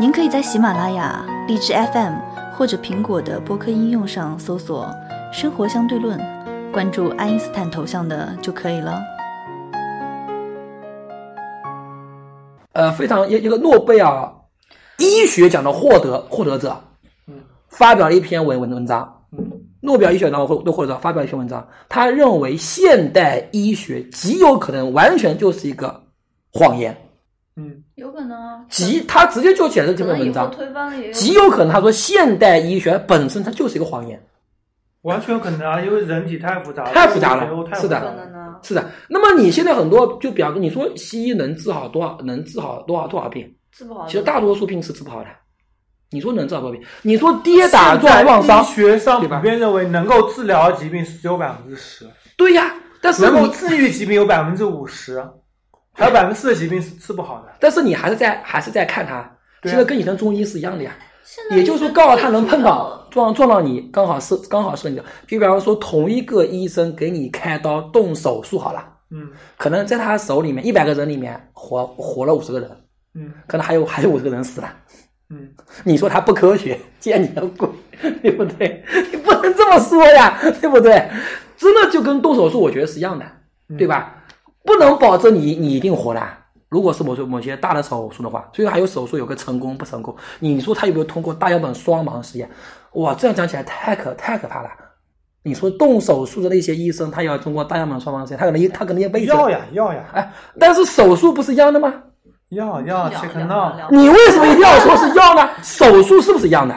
[SPEAKER 4] 您可以在喜马拉雅、荔枝 FM 或者苹果的播客应用上搜索“生活相对论”，关注爱因斯坦头像的就可以了。
[SPEAKER 2] 呃，非常一一个诺贝尔医学奖的获得获得者，
[SPEAKER 1] 嗯
[SPEAKER 2] 发表了一篇文文文章，诺贝尔医学奖获的获得者发表了一篇文章，他认为现代医学极有可能完全就是一个谎言，
[SPEAKER 3] 嗯，
[SPEAKER 1] 有可能啊，
[SPEAKER 2] 极他直接就写了这
[SPEAKER 1] 可能
[SPEAKER 2] 篇
[SPEAKER 1] 以
[SPEAKER 2] 文
[SPEAKER 1] 后
[SPEAKER 2] 章，
[SPEAKER 1] 推翻了也有。
[SPEAKER 2] 极有可能他说现代医学本身它就是一个谎言，
[SPEAKER 3] 完全有可能啊，因为人体太复杂了，
[SPEAKER 2] 太复杂了
[SPEAKER 3] 结构太
[SPEAKER 2] 是的
[SPEAKER 1] 可
[SPEAKER 3] 复杂了
[SPEAKER 1] 能啊呢？
[SPEAKER 2] 是的。那么你现在很多就比方说你说西医能治好多少能治好多少多少病，
[SPEAKER 1] 治不好的。
[SPEAKER 2] 其实大多数病是治不好的。你说能治好多少病？你说跌打撞撞伤
[SPEAKER 3] 现在医，学上
[SPEAKER 2] 对吧
[SPEAKER 3] 普遍认为能够治疗的疾病只有百分之十，
[SPEAKER 2] 对呀，但是
[SPEAKER 3] 能够
[SPEAKER 2] 你
[SPEAKER 3] 治愈的疾病有百分之五十，还有百分之四的疾病是治不好的。
[SPEAKER 2] 但是你还是在还是在看他，其
[SPEAKER 3] 对啊
[SPEAKER 2] 实跟你跟中医是一样的呀。
[SPEAKER 1] 现在
[SPEAKER 2] 也就是说，
[SPEAKER 1] 医生
[SPEAKER 2] 刚好他能碰
[SPEAKER 1] 治
[SPEAKER 2] 到
[SPEAKER 1] 疗，
[SPEAKER 2] 撞撞到你，刚好是刚好是你的。就比方说，同一个医生给你开刀动手术好了，
[SPEAKER 3] 嗯
[SPEAKER 2] 可能在他手里面一百个人里面活活了五十个人，
[SPEAKER 3] 嗯
[SPEAKER 2] 可能还有还有五十个人死了。
[SPEAKER 3] 嗯，
[SPEAKER 2] 你说他不科学，见你的鬼，对不对？你不能这么说呀，对不对？
[SPEAKER 3] 嗯
[SPEAKER 2] 真的就跟动手术，我觉得是一样的，对吧？不能保证你你一定活的，如果是某些某些大的手术的话，虽然还有手术有个成功不成功，你说他有没有通过大样本双盲实验？哇，这样讲起来太可太可怕了。你说动手术的那些医生，他要通过大样本双盲实验，他可能一他可能一辈子
[SPEAKER 3] 要呀要呀
[SPEAKER 2] 哎，但是手术不是一样的吗？
[SPEAKER 3] 要
[SPEAKER 1] 嗯
[SPEAKER 3] 要 check now，
[SPEAKER 2] 你为什么一定要说是要呢？手术是不是一样的？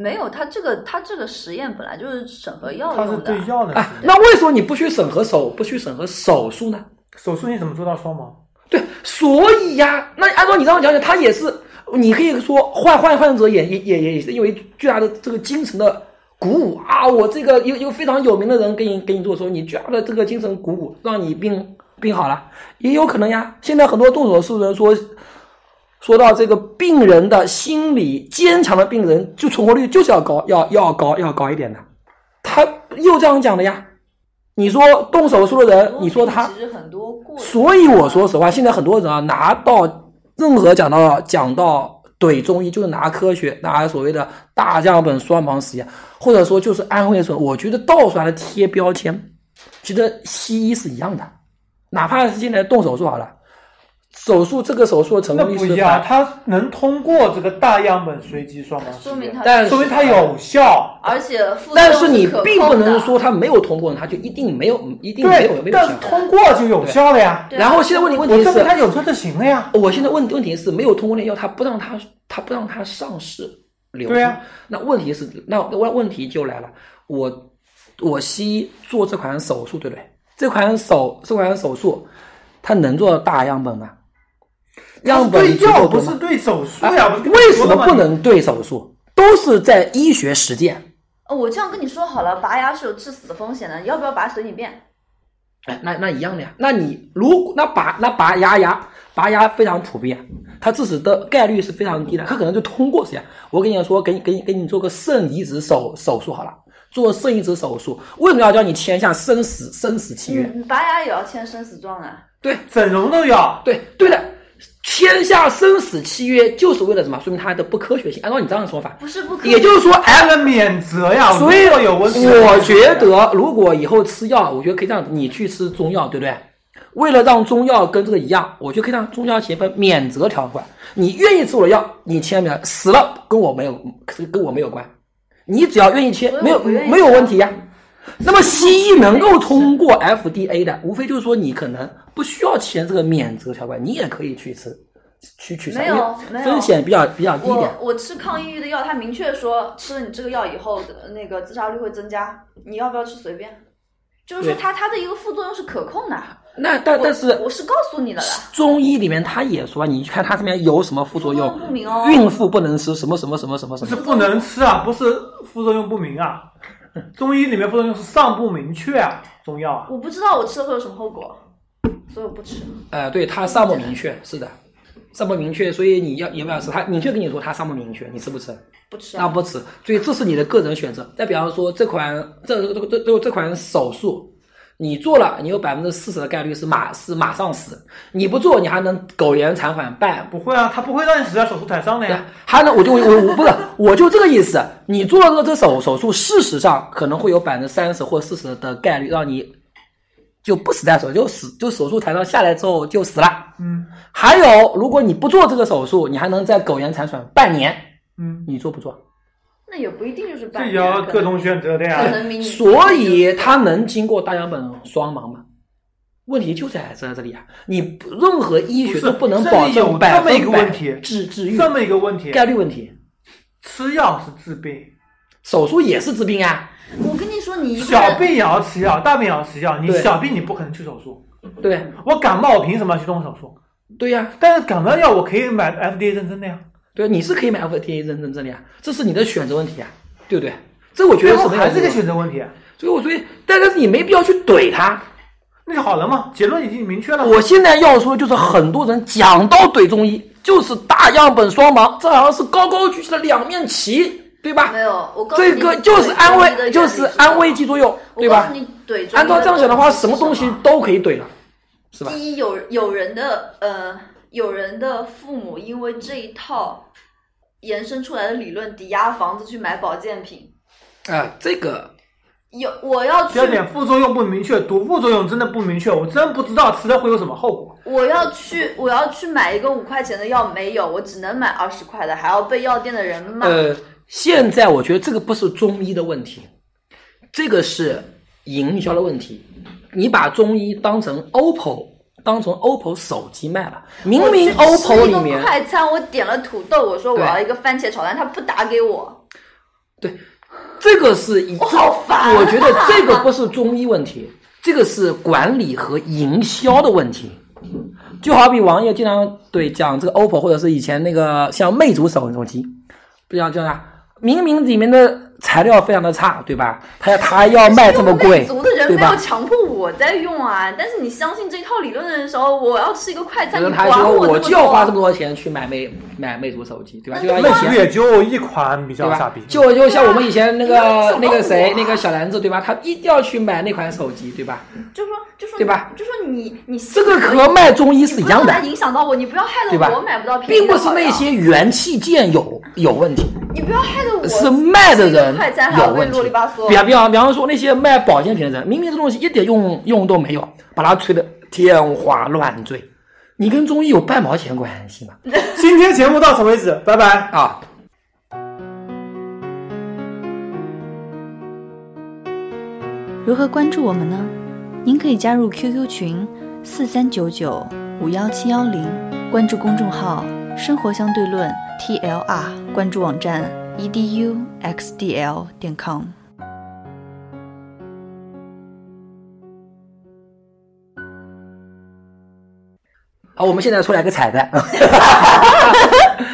[SPEAKER 1] 没有，他这个他这个实验本来就是审核药
[SPEAKER 3] 它是
[SPEAKER 1] 用的啊
[SPEAKER 3] 对。药的
[SPEAKER 2] 哎，那为什么你不去审核手不去审核手术呢？
[SPEAKER 3] 手术你怎么做到双盲？
[SPEAKER 2] 对，所以呀、那按照你这样讲讲，他也是，你可以说患患患者也也也也是因为巨大的这个精神的鼓舞啊，我这个一个一个非常有名的人给你给你做的时候，你巨大的这个精神鼓舞，让你病病好了，也有可能呀。现在很多动手术的人说，说到这个病人的心理坚强的病人，就存活率就是要高，要要高要高一点的，他又这样讲的呀。你说动手术的人，你说他
[SPEAKER 1] 其实很多过程，
[SPEAKER 2] 所以我说实话，现在很多人啊，拿到任何讲到讲到怼中医，就是拿科学，拿所谓的大样本双盲实验，或者说就是安徽省，我觉得到处还在贴标签，其实西医是一样的，哪怕是现在动手术好了，手术这个手术的成
[SPEAKER 3] 那
[SPEAKER 2] 功率
[SPEAKER 3] 不
[SPEAKER 2] 是
[SPEAKER 3] 一样，它能通过这个大样本随机双盲实
[SPEAKER 1] 说明
[SPEAKER 3] 验，
[SPEAKER 1] 他
[SPEAKER 2] 但是
[SPEAKER 3] 说明它有效。
[SPEAKER 1] 而且副作
[SPEAKER 2] 但
[SPEAKER 1] 用
[SPEAKER 2] 是你
[SPEAKER 1] 可
[SPEAKER 2] 并
[SPEAKER 1] 控
[SPEAKER 2] 不能
[SPEAKER 1] 的啊
[SPEAKER 2] 说他没有通过，他就一定没有，一定没有
[SPEAKER 3] 对
[SPEAKER 2] 没，有
[SPEAKER 3] 但是
[SPEAKER 2] 效。
[SPEAKER 3] 通过就有效了呀。
[SPEAKER 1] 啊对啊
[SPEAKER 2] 然后现在问题问
[SPEAKER 3] 我
[SPEAKER 2] 题
[SPEAKER 3] 证
[SPEAKER 2] 是
[SPEAKER 3] 明，它有效就行了啊呀。
[SPEAKER 2] 我现在问问题是没有通过炼药，他不让他他不让他上市流通。
[SPEAKER 3] 对啊
[SPEAKER 2] 那问题是那问问题就来了，我我西医做这款手术对不对？这款手这款手术，它能做大样本吗？样
[SPEAKER 3] 它是
[SPEAKER 2] 本
[SPEAKER 3] 对药
[SPEAKER 2] 足够
[SPEAKER 3] 不
[SPEAKER 2] 多吗
[SPEAKER 3] 是对手术呀，不是跟你
[SPEAKER 2] 啊为什
[SPEAKER 3] 说
[SPEAKER 2] 么
[SPEAKER 3] 了吗
[SPEAKER 2] 不？能对手术？都是在医学实践。
[SPEAKER 1] 哦，我这样跟你说好了，拔牙是有致死风险的，要不要拔随你便。
[SPEAKER 2] 哎，那那一样的呀。那你如果那拔那拔牙牙拔牙非常普遍，啊它致死的概率是非常低的，它可能就通过实验。我跟你说，给你给你给你做个肾移植手手术好了，做肾移植手术，为什么要叫你签下生死生死契约？
[SPEAKER 1] 嗯，拔牙也要签生死状啊的。
[SPEAKER 2] 对
[SPEAKER 3] 整容都要，
[SPEAKER 2] 对对的，签下生死契约就是为了什么？说明它的不科学性。按照你这样的说法，
[SPEAKER 1] 不是不可以
[SPEAKER 2] 也就是说，哎
[SPEAKER 3] 为，了免责呀。
[SPEAKER 2] 所以
[SPEAKER 3] 如果有问题，
[SPEAKER 2] 我觉得，如果以后吃药，我觉得可以让你去吃中药，对不对？为了让中药跟这个一样，我就可以让中药写份免责条款。你愿意吃我的药，你签名，死了跟我没有跟我没有关，你只要愿意签，
[SPEAKER 1] 所以
[SPEAKER 2] 没有
[SPEAKER 1] 我不愿意
[SPEAKER 2] 没有问题呀、啊那么西医能够通过 FDA 的，无非就是说你可能不需要签这个免责条款，你也可以去吃，去取
[SPEAKER 1] 没
[SPEAKER 2] 材，因
[SPEAKER 1] 有
[SPEAKER 2] 为
[SPEAKER 1] 没有
[SPEAKER 2] 风险比较比较低一点
[SPEAKER 1] 我。我吃抗抑郁的药，它明确说吃了你这个药以后，呃那个自杀率会增加。你要不要吃随便？就是说
[SPEAKER 2] 对
[SPEAKER 1] 它它的一个副作用是可控的。啊
[SPEAKER 2] 那但但是
[SPEAKER 1] 我我是告诉你了啦。
[SPEAKER 2] 中医里面他也说，你看它这边有什么副作用
[SPEAKER 1] 副作用不明哦，
[SPEAKER 2] 孕妇不能吃什么什么什么什么什
[SPEAKER 3] 是
[SPEAKER 2] 么。
[SPEAKER 3] 不能吃啊，不是副作用不明啊。中医里面副作用是尚不明确啊，中药啊。
[SPEAKER 1] 我不知道我吃了会有什么后果，所以我不吃。
[SPEAKER 2] 呃，对，它上不明确，是的，上不明确，所以你要有没有吃？它明确跟你说它上不明确，你吃不吃？
[SPEAKER 1] 不吃
[SPEAKER 2] 那
[SPEAKER 1] 啊！
[SPEAKER 2] 不吃，所以这是你的个人选择。再比方说这款这这这这这款手术，你做了，你有百分之四十的概率是马是马上死；你不做，你还能苟延残喘半
[SPEAKER 3] 不会啊，他不会让你死在手术台上的呀。
[SPEAKER 2] 还能，我就我我不是，我就这个意思。你做了这手手术，事实上可能会有百分之三十或四十的概率让你就不死在手，就死就手术台上下来之后就死了。
[SPEAKER 3] 嗯
[SPEAKER 2] 还有，如果你不做这个手术，你还能再苟延残喘半年，
[SPEAKER 3] 嗯，
[SPEAKER 2] 你做不做？
[SPEAKER 1] 那也不一定就是
[SPEAKER 3] 这
[SPEAKER 1] 半
[SPEAKER 3] 也
[SPEAKER 1] 年
[SPEAKER 3] 要
[SPEAKER 1] 可
[SPEAKER 3] 各啊
[SPEAKER 1] 能
[SPEAKER 3] 种选择的呀
[SPEAKER 1] 可。能明
[SPEAKER 2] 所以它能经过大样本双盲吗？问题就在在这里啊！你不任何医学都
[SPEAKER 3] 不是
[SPEAKER 2] 能
[SPEAKER 3] 这里
[SPEAKER 2] 保
[SPEAKER 3] 有
[SPEAKER 2] 证百
[SPEAKER 3] 这么一
[SPEAKER 2] 分
[SPEAKER 3] 个
[SPEAKER 2] 百
[SPEAKER 3] 问题
[SPEAKER 2] 治治愈
[SPEAKER 3] 这么一个问题，
[SPEAKER 2] 概率问题，
[SPEAKER 3] 吃药是治病，
[SPEAKER 2] 手术也是治病啊。
[SPEAKER 1] 我跟你说，你一个
[SPEAKER 3] 小
[SPEAKER 1] 人
[SPEAKER 3] 病也要吃药，大病也要吃药。你
[SPEAKER 2] 对
[SPEAKER 3] 小病你不可能去手术，
[SPEAKER 2] 对
[SPEAKER 3] 我感冒我凭什么要去动手术？
[SPEAKER 2] 对呀、
[SPEAKER 3] 但是感冒药我可以买 FDA 认证的呀，
[SPEAKER 2] 对，啊你是可以买 FDA 认证证的呀，这是你的选择问题啊，对不对？这我觉
[SPEAKER 3] 最
[SPEAKER 2] 得
[SPEAKER 1] 啊
[SPEAKER 2] 是
[SPEAKER 3] 后
[SPEAKER 2] 没有
[SPEAKER 3] 还是
[SPEAKER 2] 用
[SPEAKER 3] 个
[SPEAKER 2] 的
[SPEAKER 3] 选择问题。啊
[SPEAKER 2] 所以我所以，但但是你没必要去怼他。
[SPEAKER 3] 那就好了嘛，结论已经明确了。
[SPEAKER 2] 我现在要说就是，很多人讲到怼中医，就是大样本双盲，这好像是高高举起的两面旗，对吧
[SPEAKER 1] 没？有，我告诉你
[SPEAKER 2] 这个就是安
[SPEAKER 1] 怼中医的原
[SPEAKER 2] 慰，
[SPEAKER 1] 理
[SPEAKER 2] 就是
[SPEAKER 1] 什么
[SPEAKER 2] 安慰剂作用，
[SPEAKER 1] 啊我
[SPEAKER 2] 对
[SPEAKER 1] 告
[SPEAKER 2] 吧
[SPEAKER 1] 诉？你，怼中医
[SPEAKER 2] 按照这样讲的话，
[SPEAKER 1] 东西
[SPEAKER 2] 什么东
[SPEAKER 1] 是啊
[SPEAKER 2] 西都可以怼了，是吧？
[SPEAKER 1] 第一，有有人的呃，有人的父母因为这一套延伸出来的理论抵押房子去买保健品，
[SPEAKER 2] 哎啊、这个
[SPEAKER 1] 有我要
[SPEAKER 3] 第
[SPEAKER 1] 去
[SPEAKER 3] 二点，副作用不明确，毒副作用真的不明确，我真不知道吃了会有什么后果。
[SPEAKER 1] 我要去我要去买一个五块钱的药，没有，我只能买二十块的，还要被药店的人骂。
[SPEAKER 2] 呃，现在我觉得这个不是中医的问题，这个是营销的问题。你把中医当成 OPPO，当成 OPPO 手机卖了，明
[SPEAKER 1] 我
[SPEAKER 2] 明
[SPEAKER 1] 去吃
[SPEAKER 2] OPPO
[SPEAKER 1] 一
[SPEAKER 2] 里
[SPEAKER 1] 个
[SPEAKER 2] 面
[SPEAKER 1] 快餐，我点了土豆，我说我
[SPEAKER 2] 对
[SPEAKER 1] 要一个番茄炒蛋，他不打给我。
[SPEAKER 2] 对，这个是一，
[SPEAKER 1] 我好烦啊
[SPEAKER 2] 我觉得这个不是中医问
[SPEAKER 1] <laughs>
[SPEAKER 2] 题，这个是管理和营销的问题。就好比王爷经常对讲这个 OPPO，或者是以前那个像魅族手手机，不讲叫啥，明明里面的材料非常的差，对吧？他他要卖这么贵，
[SPEAKER 1] 族的人
[SPEAKER 2] 对
[SPEAKER 1] 没有
[SPEAKER 2] 吧？
[SPEAKER 1] 强迫我在用啊，但是你相信这套理论的时候，我要吃一个快餐，
[SPEAKER 2] 然
[SPEAKER 1] 你
[SPEAKER 2] 后他
[SPEAKER 1] 管
[SPEAKER 2] 说
[SPEAKER 1] 我
[SPEAKER 2] 我
[SPEAKER 1] 这
[SPEAKER 2] 就要花这
[SPEAKER 1] 么
[SPEAKER 2] 么多钱去买魅买魅族手机，对吧？就像以
[SPEAKER 3] 那
[SPEAKER 2] 前
[SPEAKER 3] 其实也就一款比
[SPEAKER 2] 对
[SPEAKER 3] 较傻
[SPEAKER 2] 吧
[SPEAKER 3] 逼，？
[SPEAKER 2] 就就像我们以前那
[SPEAKER 1] 对啊
[SPEAKER 2] 个
[SPEAKER 1] 你
[SPEAKER 2] 那
[SPEAKER 1] 要
[SPEAKER 2] 个
[SPEAKER 1] 怎么
[SPEAKER 2] 谁
[SPEAKER 1] 管
[SPEAKER 2] 那个小篮子，对吧？他一定要去买那款手机，对吧？
[SPEAKER 1] 多，就说就说
[SPEAKER 2] 对吧
[SPEAKER 1] 就说你你
[SPEAKER 2] 这个和卖中医是一样
[SPEAKER 1] 不
[SPEAKER 2] 的
[SPEAKER 1] 要让，它影响到我，你不要害
[SPEAKER 2] 对吧
[SPEAKER 1] 得我买不到便
[SPEAKER 2] 并
[SPEAKER 1] 宜的
[SPEAKER 2] 不
[SPEAKER 1] 好
[SPEAKER 2] 是
[SPEAKER 1] 药。
[SPEAKER 2] 那些元器件有有问题，
[SPEAKER 1] 你不要害得我
[SPEAKER 2] 是卖的
[SPEAKER 1] 吃一个
[SPEAKER 2] 人
[SPEAKER 1] 快餐还
[SPEAKER 2] 有
[SPEAKER 1] 要被
[SPEAKER 2] 问题
[SPEAKER 1] 啰里吧。嗦。
[SPEAKER 2] 比方比方比方说那些卖保健品的人，明明这东西一点用用都没有，把它吹得天花乱坠，你跟中医有半毛钱关系吗？
[SPEAKER 3] 今天节目到此为止，拜拜。
[SPEAKER 2] 啊，
[SPEAKER 4] 如何关注我们呢？您可以加入 QQ 群四三九九五幺七幺零，关注公众号“生活相对论 ”TLR，关注网站 E eduxdl 点 com。
[SPEAKER 2] 好，我们现在出来个彩蛋。 <laughs>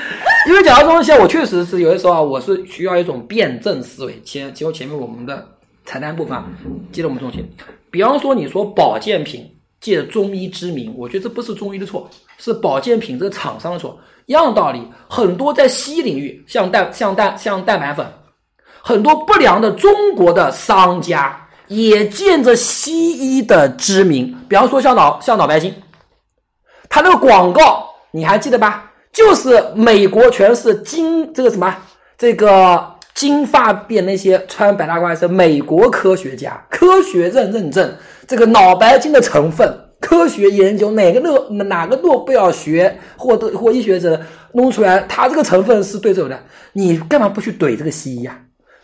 [SPEAKER 2] 因为讲到这东西，我确实是有的时候啊，我是需要一种辩证思维。前结果前面我们的彩蛋部分啊，接着我们重心。比方说，你说保健品借中医之名，我觉得这不是中医的错，是保健品这个厂商的错。一样道理，很多在西医领域，像蛋像蛋像蛋白粉，很多不良的中国的商家也借着西医的之名，比方说像脑像脑白金，他那个广告你还记得吧？就是美国全是金这个什么这个金发辫那些穿白大褂是美国科学家科学认认证这个脑白金的成分。科学研究哪个诺哪个诺贝尔学或者或医学者弄出来，他这个成分是对这个的，你干嘛不去怼这个西医啊？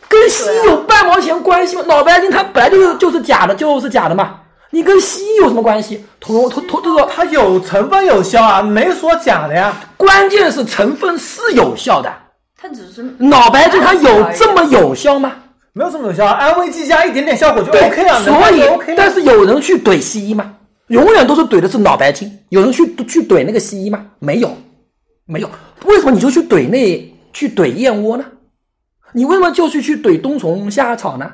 [SPEAKER 2] 跟西医有半毛钱关系吗？脑白金它本来就是就是假的，就是假的嘛，你跟西医有什么关系？同同同这个
[SPEAKER 3] 它有成分有效啊，没说假的呀。
[SPEAKER 2] 关键是成分是有效的，
[SPEAKER 1] 他只是
[SPEAKER 2] 脑白金它有这么有效吗？啊
[SPEAKER 3] 没有这么有效，啊，安慰剂加一点点效果就 OK 啊了，
[SPEAKER 2] 所
[SPEAKER 3] 能
[SPEAKER 2] 以
[SPEAKER 3] 卖就 OK 了
[SPEAKER 2] 但是有人去怼西医吗？永远都是怼的是脑白金，有人去去怼那个西医吗？没有，没有。为什么你就去怼那去怼燕窝呢？你为什么就是去怼冬虫夏草呢？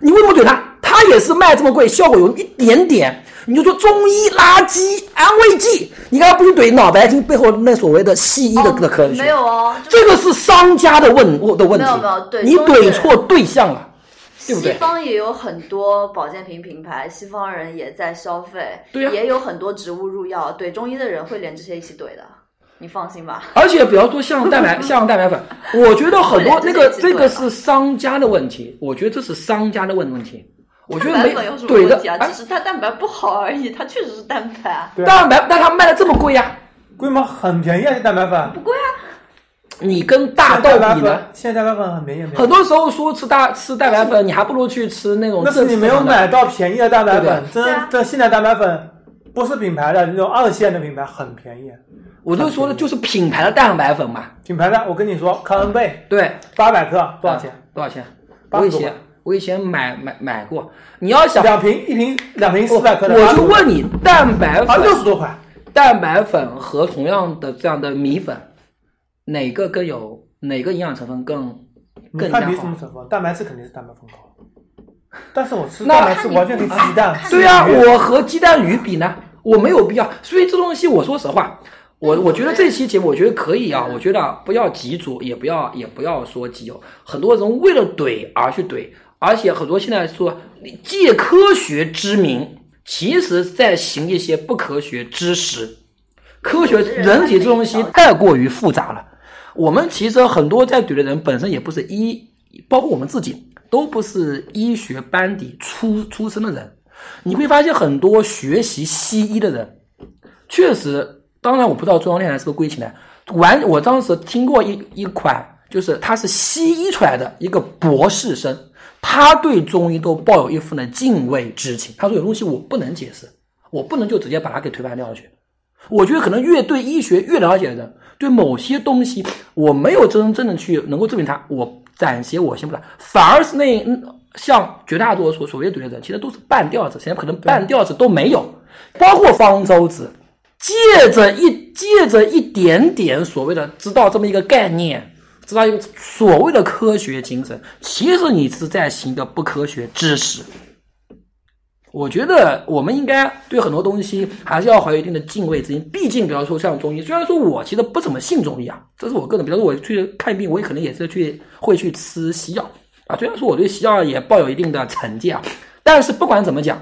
[SPEAKER 2] 你为什么怼它？它也是卖这么贵，效果有一点点，你就说中医垃圾安慰剂，你干嘛不去怼脑白金背后那所谓的西医的的科学？
[SPEAKER 1] 没有哦，就
[SPEAKER 2] 这个是商家的问的问题，
[SPEAKER 1] 没有没有对
[SPEAKER 2] 你
[SPEAKER 1] 中医
[SPEAKER 2] 怼
[SPEAKER 1] 人
[SPEAKER 2] 错对象了，对不
[SPEAKER 1] 西
[SPEAKER 2] 对？
[SPEAKER 1] 方也有很多保健品品牌，西方人也在消费，
[SPEAKER 2] 对呀
[SPEAKER 1] 也有很多植物入药，怼中医的人会连这些一起怼的，你放心吧。
[SPEAKER 2] 而且比方说像
[SPEAKER 1] <laughs>
[SPEAKER 2] 蛋白像蛋白粉，我觉得很多
[SPEAKER 1] 对
[SPEAKER 2] 那个
[SPEAKER 1] 这是一
[SPEAKER 2] 这
[SPEAKER 1] 起
[SPEAKER 2] 个
[SPEAKER 1] 怼
[SPEAKER 2] 是商家的问题，我觉得这是商家的问问题，我觉得
[SPEAKER 1] 蛋
[SPEAKER 2] 没
[SPEAKER 1] <laughs> 白粉有什么
[SPEAKER 2] 怼的
[SPEAKER 1] 问题啊？
[SPEAKER 2] 哎
[SPEAKER 1] 只，是它蛋白不好而已， <laughs> 它确实是蛋白啊。
[SPEAKER 3] 对啊
[SPEAKER 2] 蛋白但它卖的这么贵啊呀、
[SPEAKER 3] 规模很便宜啊，这蛋白粉。
[SPEAKER 1] 啊
[SPEAKER 2] 你跟大豆
[SPEAKER 3] 蛋白
[SPEAKER 2] 比呢
[SPEAKER 3] 粉？现在蛋白粉很便宜，
[SPEAKER 2] 很多时候说吃大吃蛋白粉，你还不如去吃那种
[SPEAKER 3] 那是
[SPEAKER 2] 正
[SPEAKER 3] 你
[SPEAKER 2] 式
[SPEAKER 3] 没有
[SPEAKER 2] 的
[SPEAKER 3] 买到便宜的蛋白
[SPEAKER 2] 对
[SPEAKER 3] 粉，真
[SPEAKER 1] 对啊
[SPEAKER 3] 的现在蛋白粉不是品牌的那种二线的品牌很便宜，
[SPEAKER 2] 我就说的就是品牌的蛋白粉嘛，
[SPEAKER 3] 品牌的我跟你说，康恩贝
[SPEAKER 2] 对，
[SPEAKER 3] 八百克多少钱？
[SPEAKER 2] 多少钱？
[SPEAKER 3] 八
[SPEAKER 2] 我
[SPEAKER 3] 十
[SPEAKER 2] 以
[SPEAKER 3] 多
[SPEAKER 2] 前我以前买买买过，你要想
[SPEAKER 3] 两瓶一瓶两瓶四百克的，
[SPEAKER 2] 我就问你，蛋白
[SPEAKER 3] 啊六
[SPEAKER 2] 粉、
[SPEAKER 3] 十多块，
[SPEAKER 2] 蛋白粉和同样的这样的米粉，哪个更有哪个营养成分更
[SPEAKER 3] 你
[SPEAKER 2] 更
[SPEAKER 3] 看
[SPEAKER 2] 加
[SPEAKER 3] 你什
[SPEAKER 2] 好
[SPEAKER 3] 么？成分？蛋白质肯定是蛋白粉高，但是我吃
[SPEAKER 2] 那
[SPEAKER 3] 蛋白质完全可以吃鸡蛋，
[SPEAKER 2] 对
[SPEAKER 3] 呀、
[SPEAKER 2] 啊，我和鸡蛋鱼比呢，我没有必要。所以这东西，我说实话，我我觉得这期节目，我觉得可以啊，我觉得啊不要急足，也不要也不要说急哦。很多人为了怼而去怼，而且很多现在说你借科学之名，其实在行一些不科学之实。科学人体这东西太过于复杂了。我们其实很多在怼的人本身也不是医包括我们自己，都不是医学班底出出身的人。你会发现很多学习西医的人，确实，当然我不知道中央电视台是不是归起来。完，我当时听过一一款，就是他是西医出来的一个博士生，他对中医都抱有一份的敬畏之情。他说有东西我不能解释，我不能就直接把它给推翻掉去。我觉得可能越对医学越了解的人，对某些东西我没有真正的去能够证明它，我暂且我先不谈，反而是那嗯像绝大多数所谓对的人，其实都是半吊子，现在可能半吊子都没有，包括方舟子，借着一借着一点点所谓的知道这么一个概念，知道一个所谓的科学精神，其实你是在行的不科学知识。我觉得我们应该对很多东西还是要怀有一定的敬畏之心。毕竟，比方说像中医，虽然说我其实不怎么信中医啊，这是我个人。比方说我去看病，我也可能也是去会去吃西药啊。虽然说我对西药也抱有一定的成见啊，但是不管怎么讲，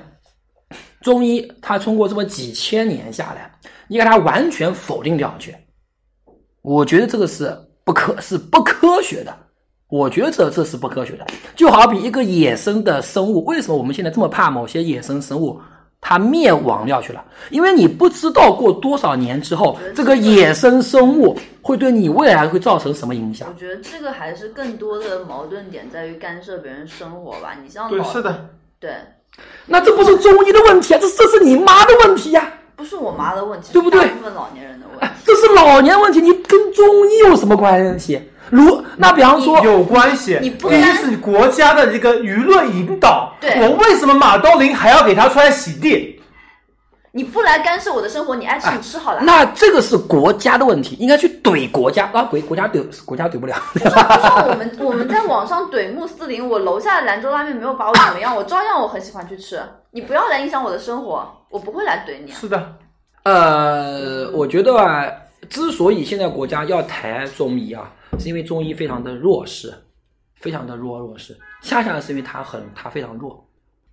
[SPEAKER 2] 中医它通过这么几千年下来，你给它完全否定掉去，我觉得这个是不科是不科学的。我觉得这这是不科学的，就好比一个野生的生物，为什么我们现在这么怕某些野生生物它灭亡掉去了？因为你不知道过多少年之后，这个野生生物会对你未来会造成什么影响
[SPEAKER 1] 我。觉得这个还是更多的矛盾点在于干涉别人生活吧。你
[SPEAKER 2] 啊
[SPEAKER 1] 像
[SPEAKER 3] 对，
[SPEAKER 1] 老
[SPEAKER 3] 是的，
[SPEAKER 1] 对，
[SPEAKER 2] 那这不是中医的问题啊，这这是你妈的问题呀、
[SPEAKER 1] 不是我妈的问题，
[SPEAKER 2] 对不对
[SPEAKER 1] 是大部分老年人的问题。
[SPEAKER 2] 这是老年问题，你跟中医有什么关系？如那比方说，
[SPEAKER 3] 有关系。
[SPEAKER 1] 你不
[SPEAKER 3] 第
[SPEAKER 1] 单
[SPEAKER 3] 一是国家的这个舆论引导，
[SPEAKER 1] 对
[SPEAKER 3] 我为什么马东林还要给他出来洗地？
[SPEAKER 1] 你不来干涉我的生活，你爱
[SPEAKER 2] 哎
[SPEAKER 1] 吃你吃好了。
[SPEAKER 2] 那这个是国家的问题，应该去怼国家啊，怼国家怼国家怼不了。
[SPEAKER 1] 就像我们我们在网上怼穆斯林，我楼下的兰州拉面没有把我怎么样，我照样我很喜欢去吃。你不要来影响我的生活，我不会来怼你。
[SPEAKER 3] 是的，
[SPEAKER 2] <laughs> 呃，我觉得啊，之所以现在国家要抬中医啊，是因为中医非常的弱势，非常的弱弱势，恰恰是因为它很它非常弱。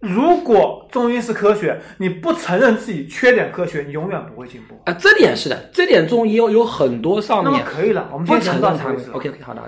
[SPEAKER 3] 如果中医是科学，你不承认自己缺点科学，你永远不会进步。
[SPEAKER 2] 呃啊、这点是的，这点中医有有很多上
[SPEAKER 3] 那么
[SPEAKER 2] 面
[SPEAKER 3] 可以了，我们今
[SPEAKER 2] 不
[SPEAKER 3] 天
[SPEAKER 2] 承认
[SPEAKER 3] 讲到此
[SPEAKER 2] 他
[SPEAKER 3] 为
[SPEAKER 2] 们
[SPEAKER 3] 止。。
[SPEAKER 2] OK OK，好的。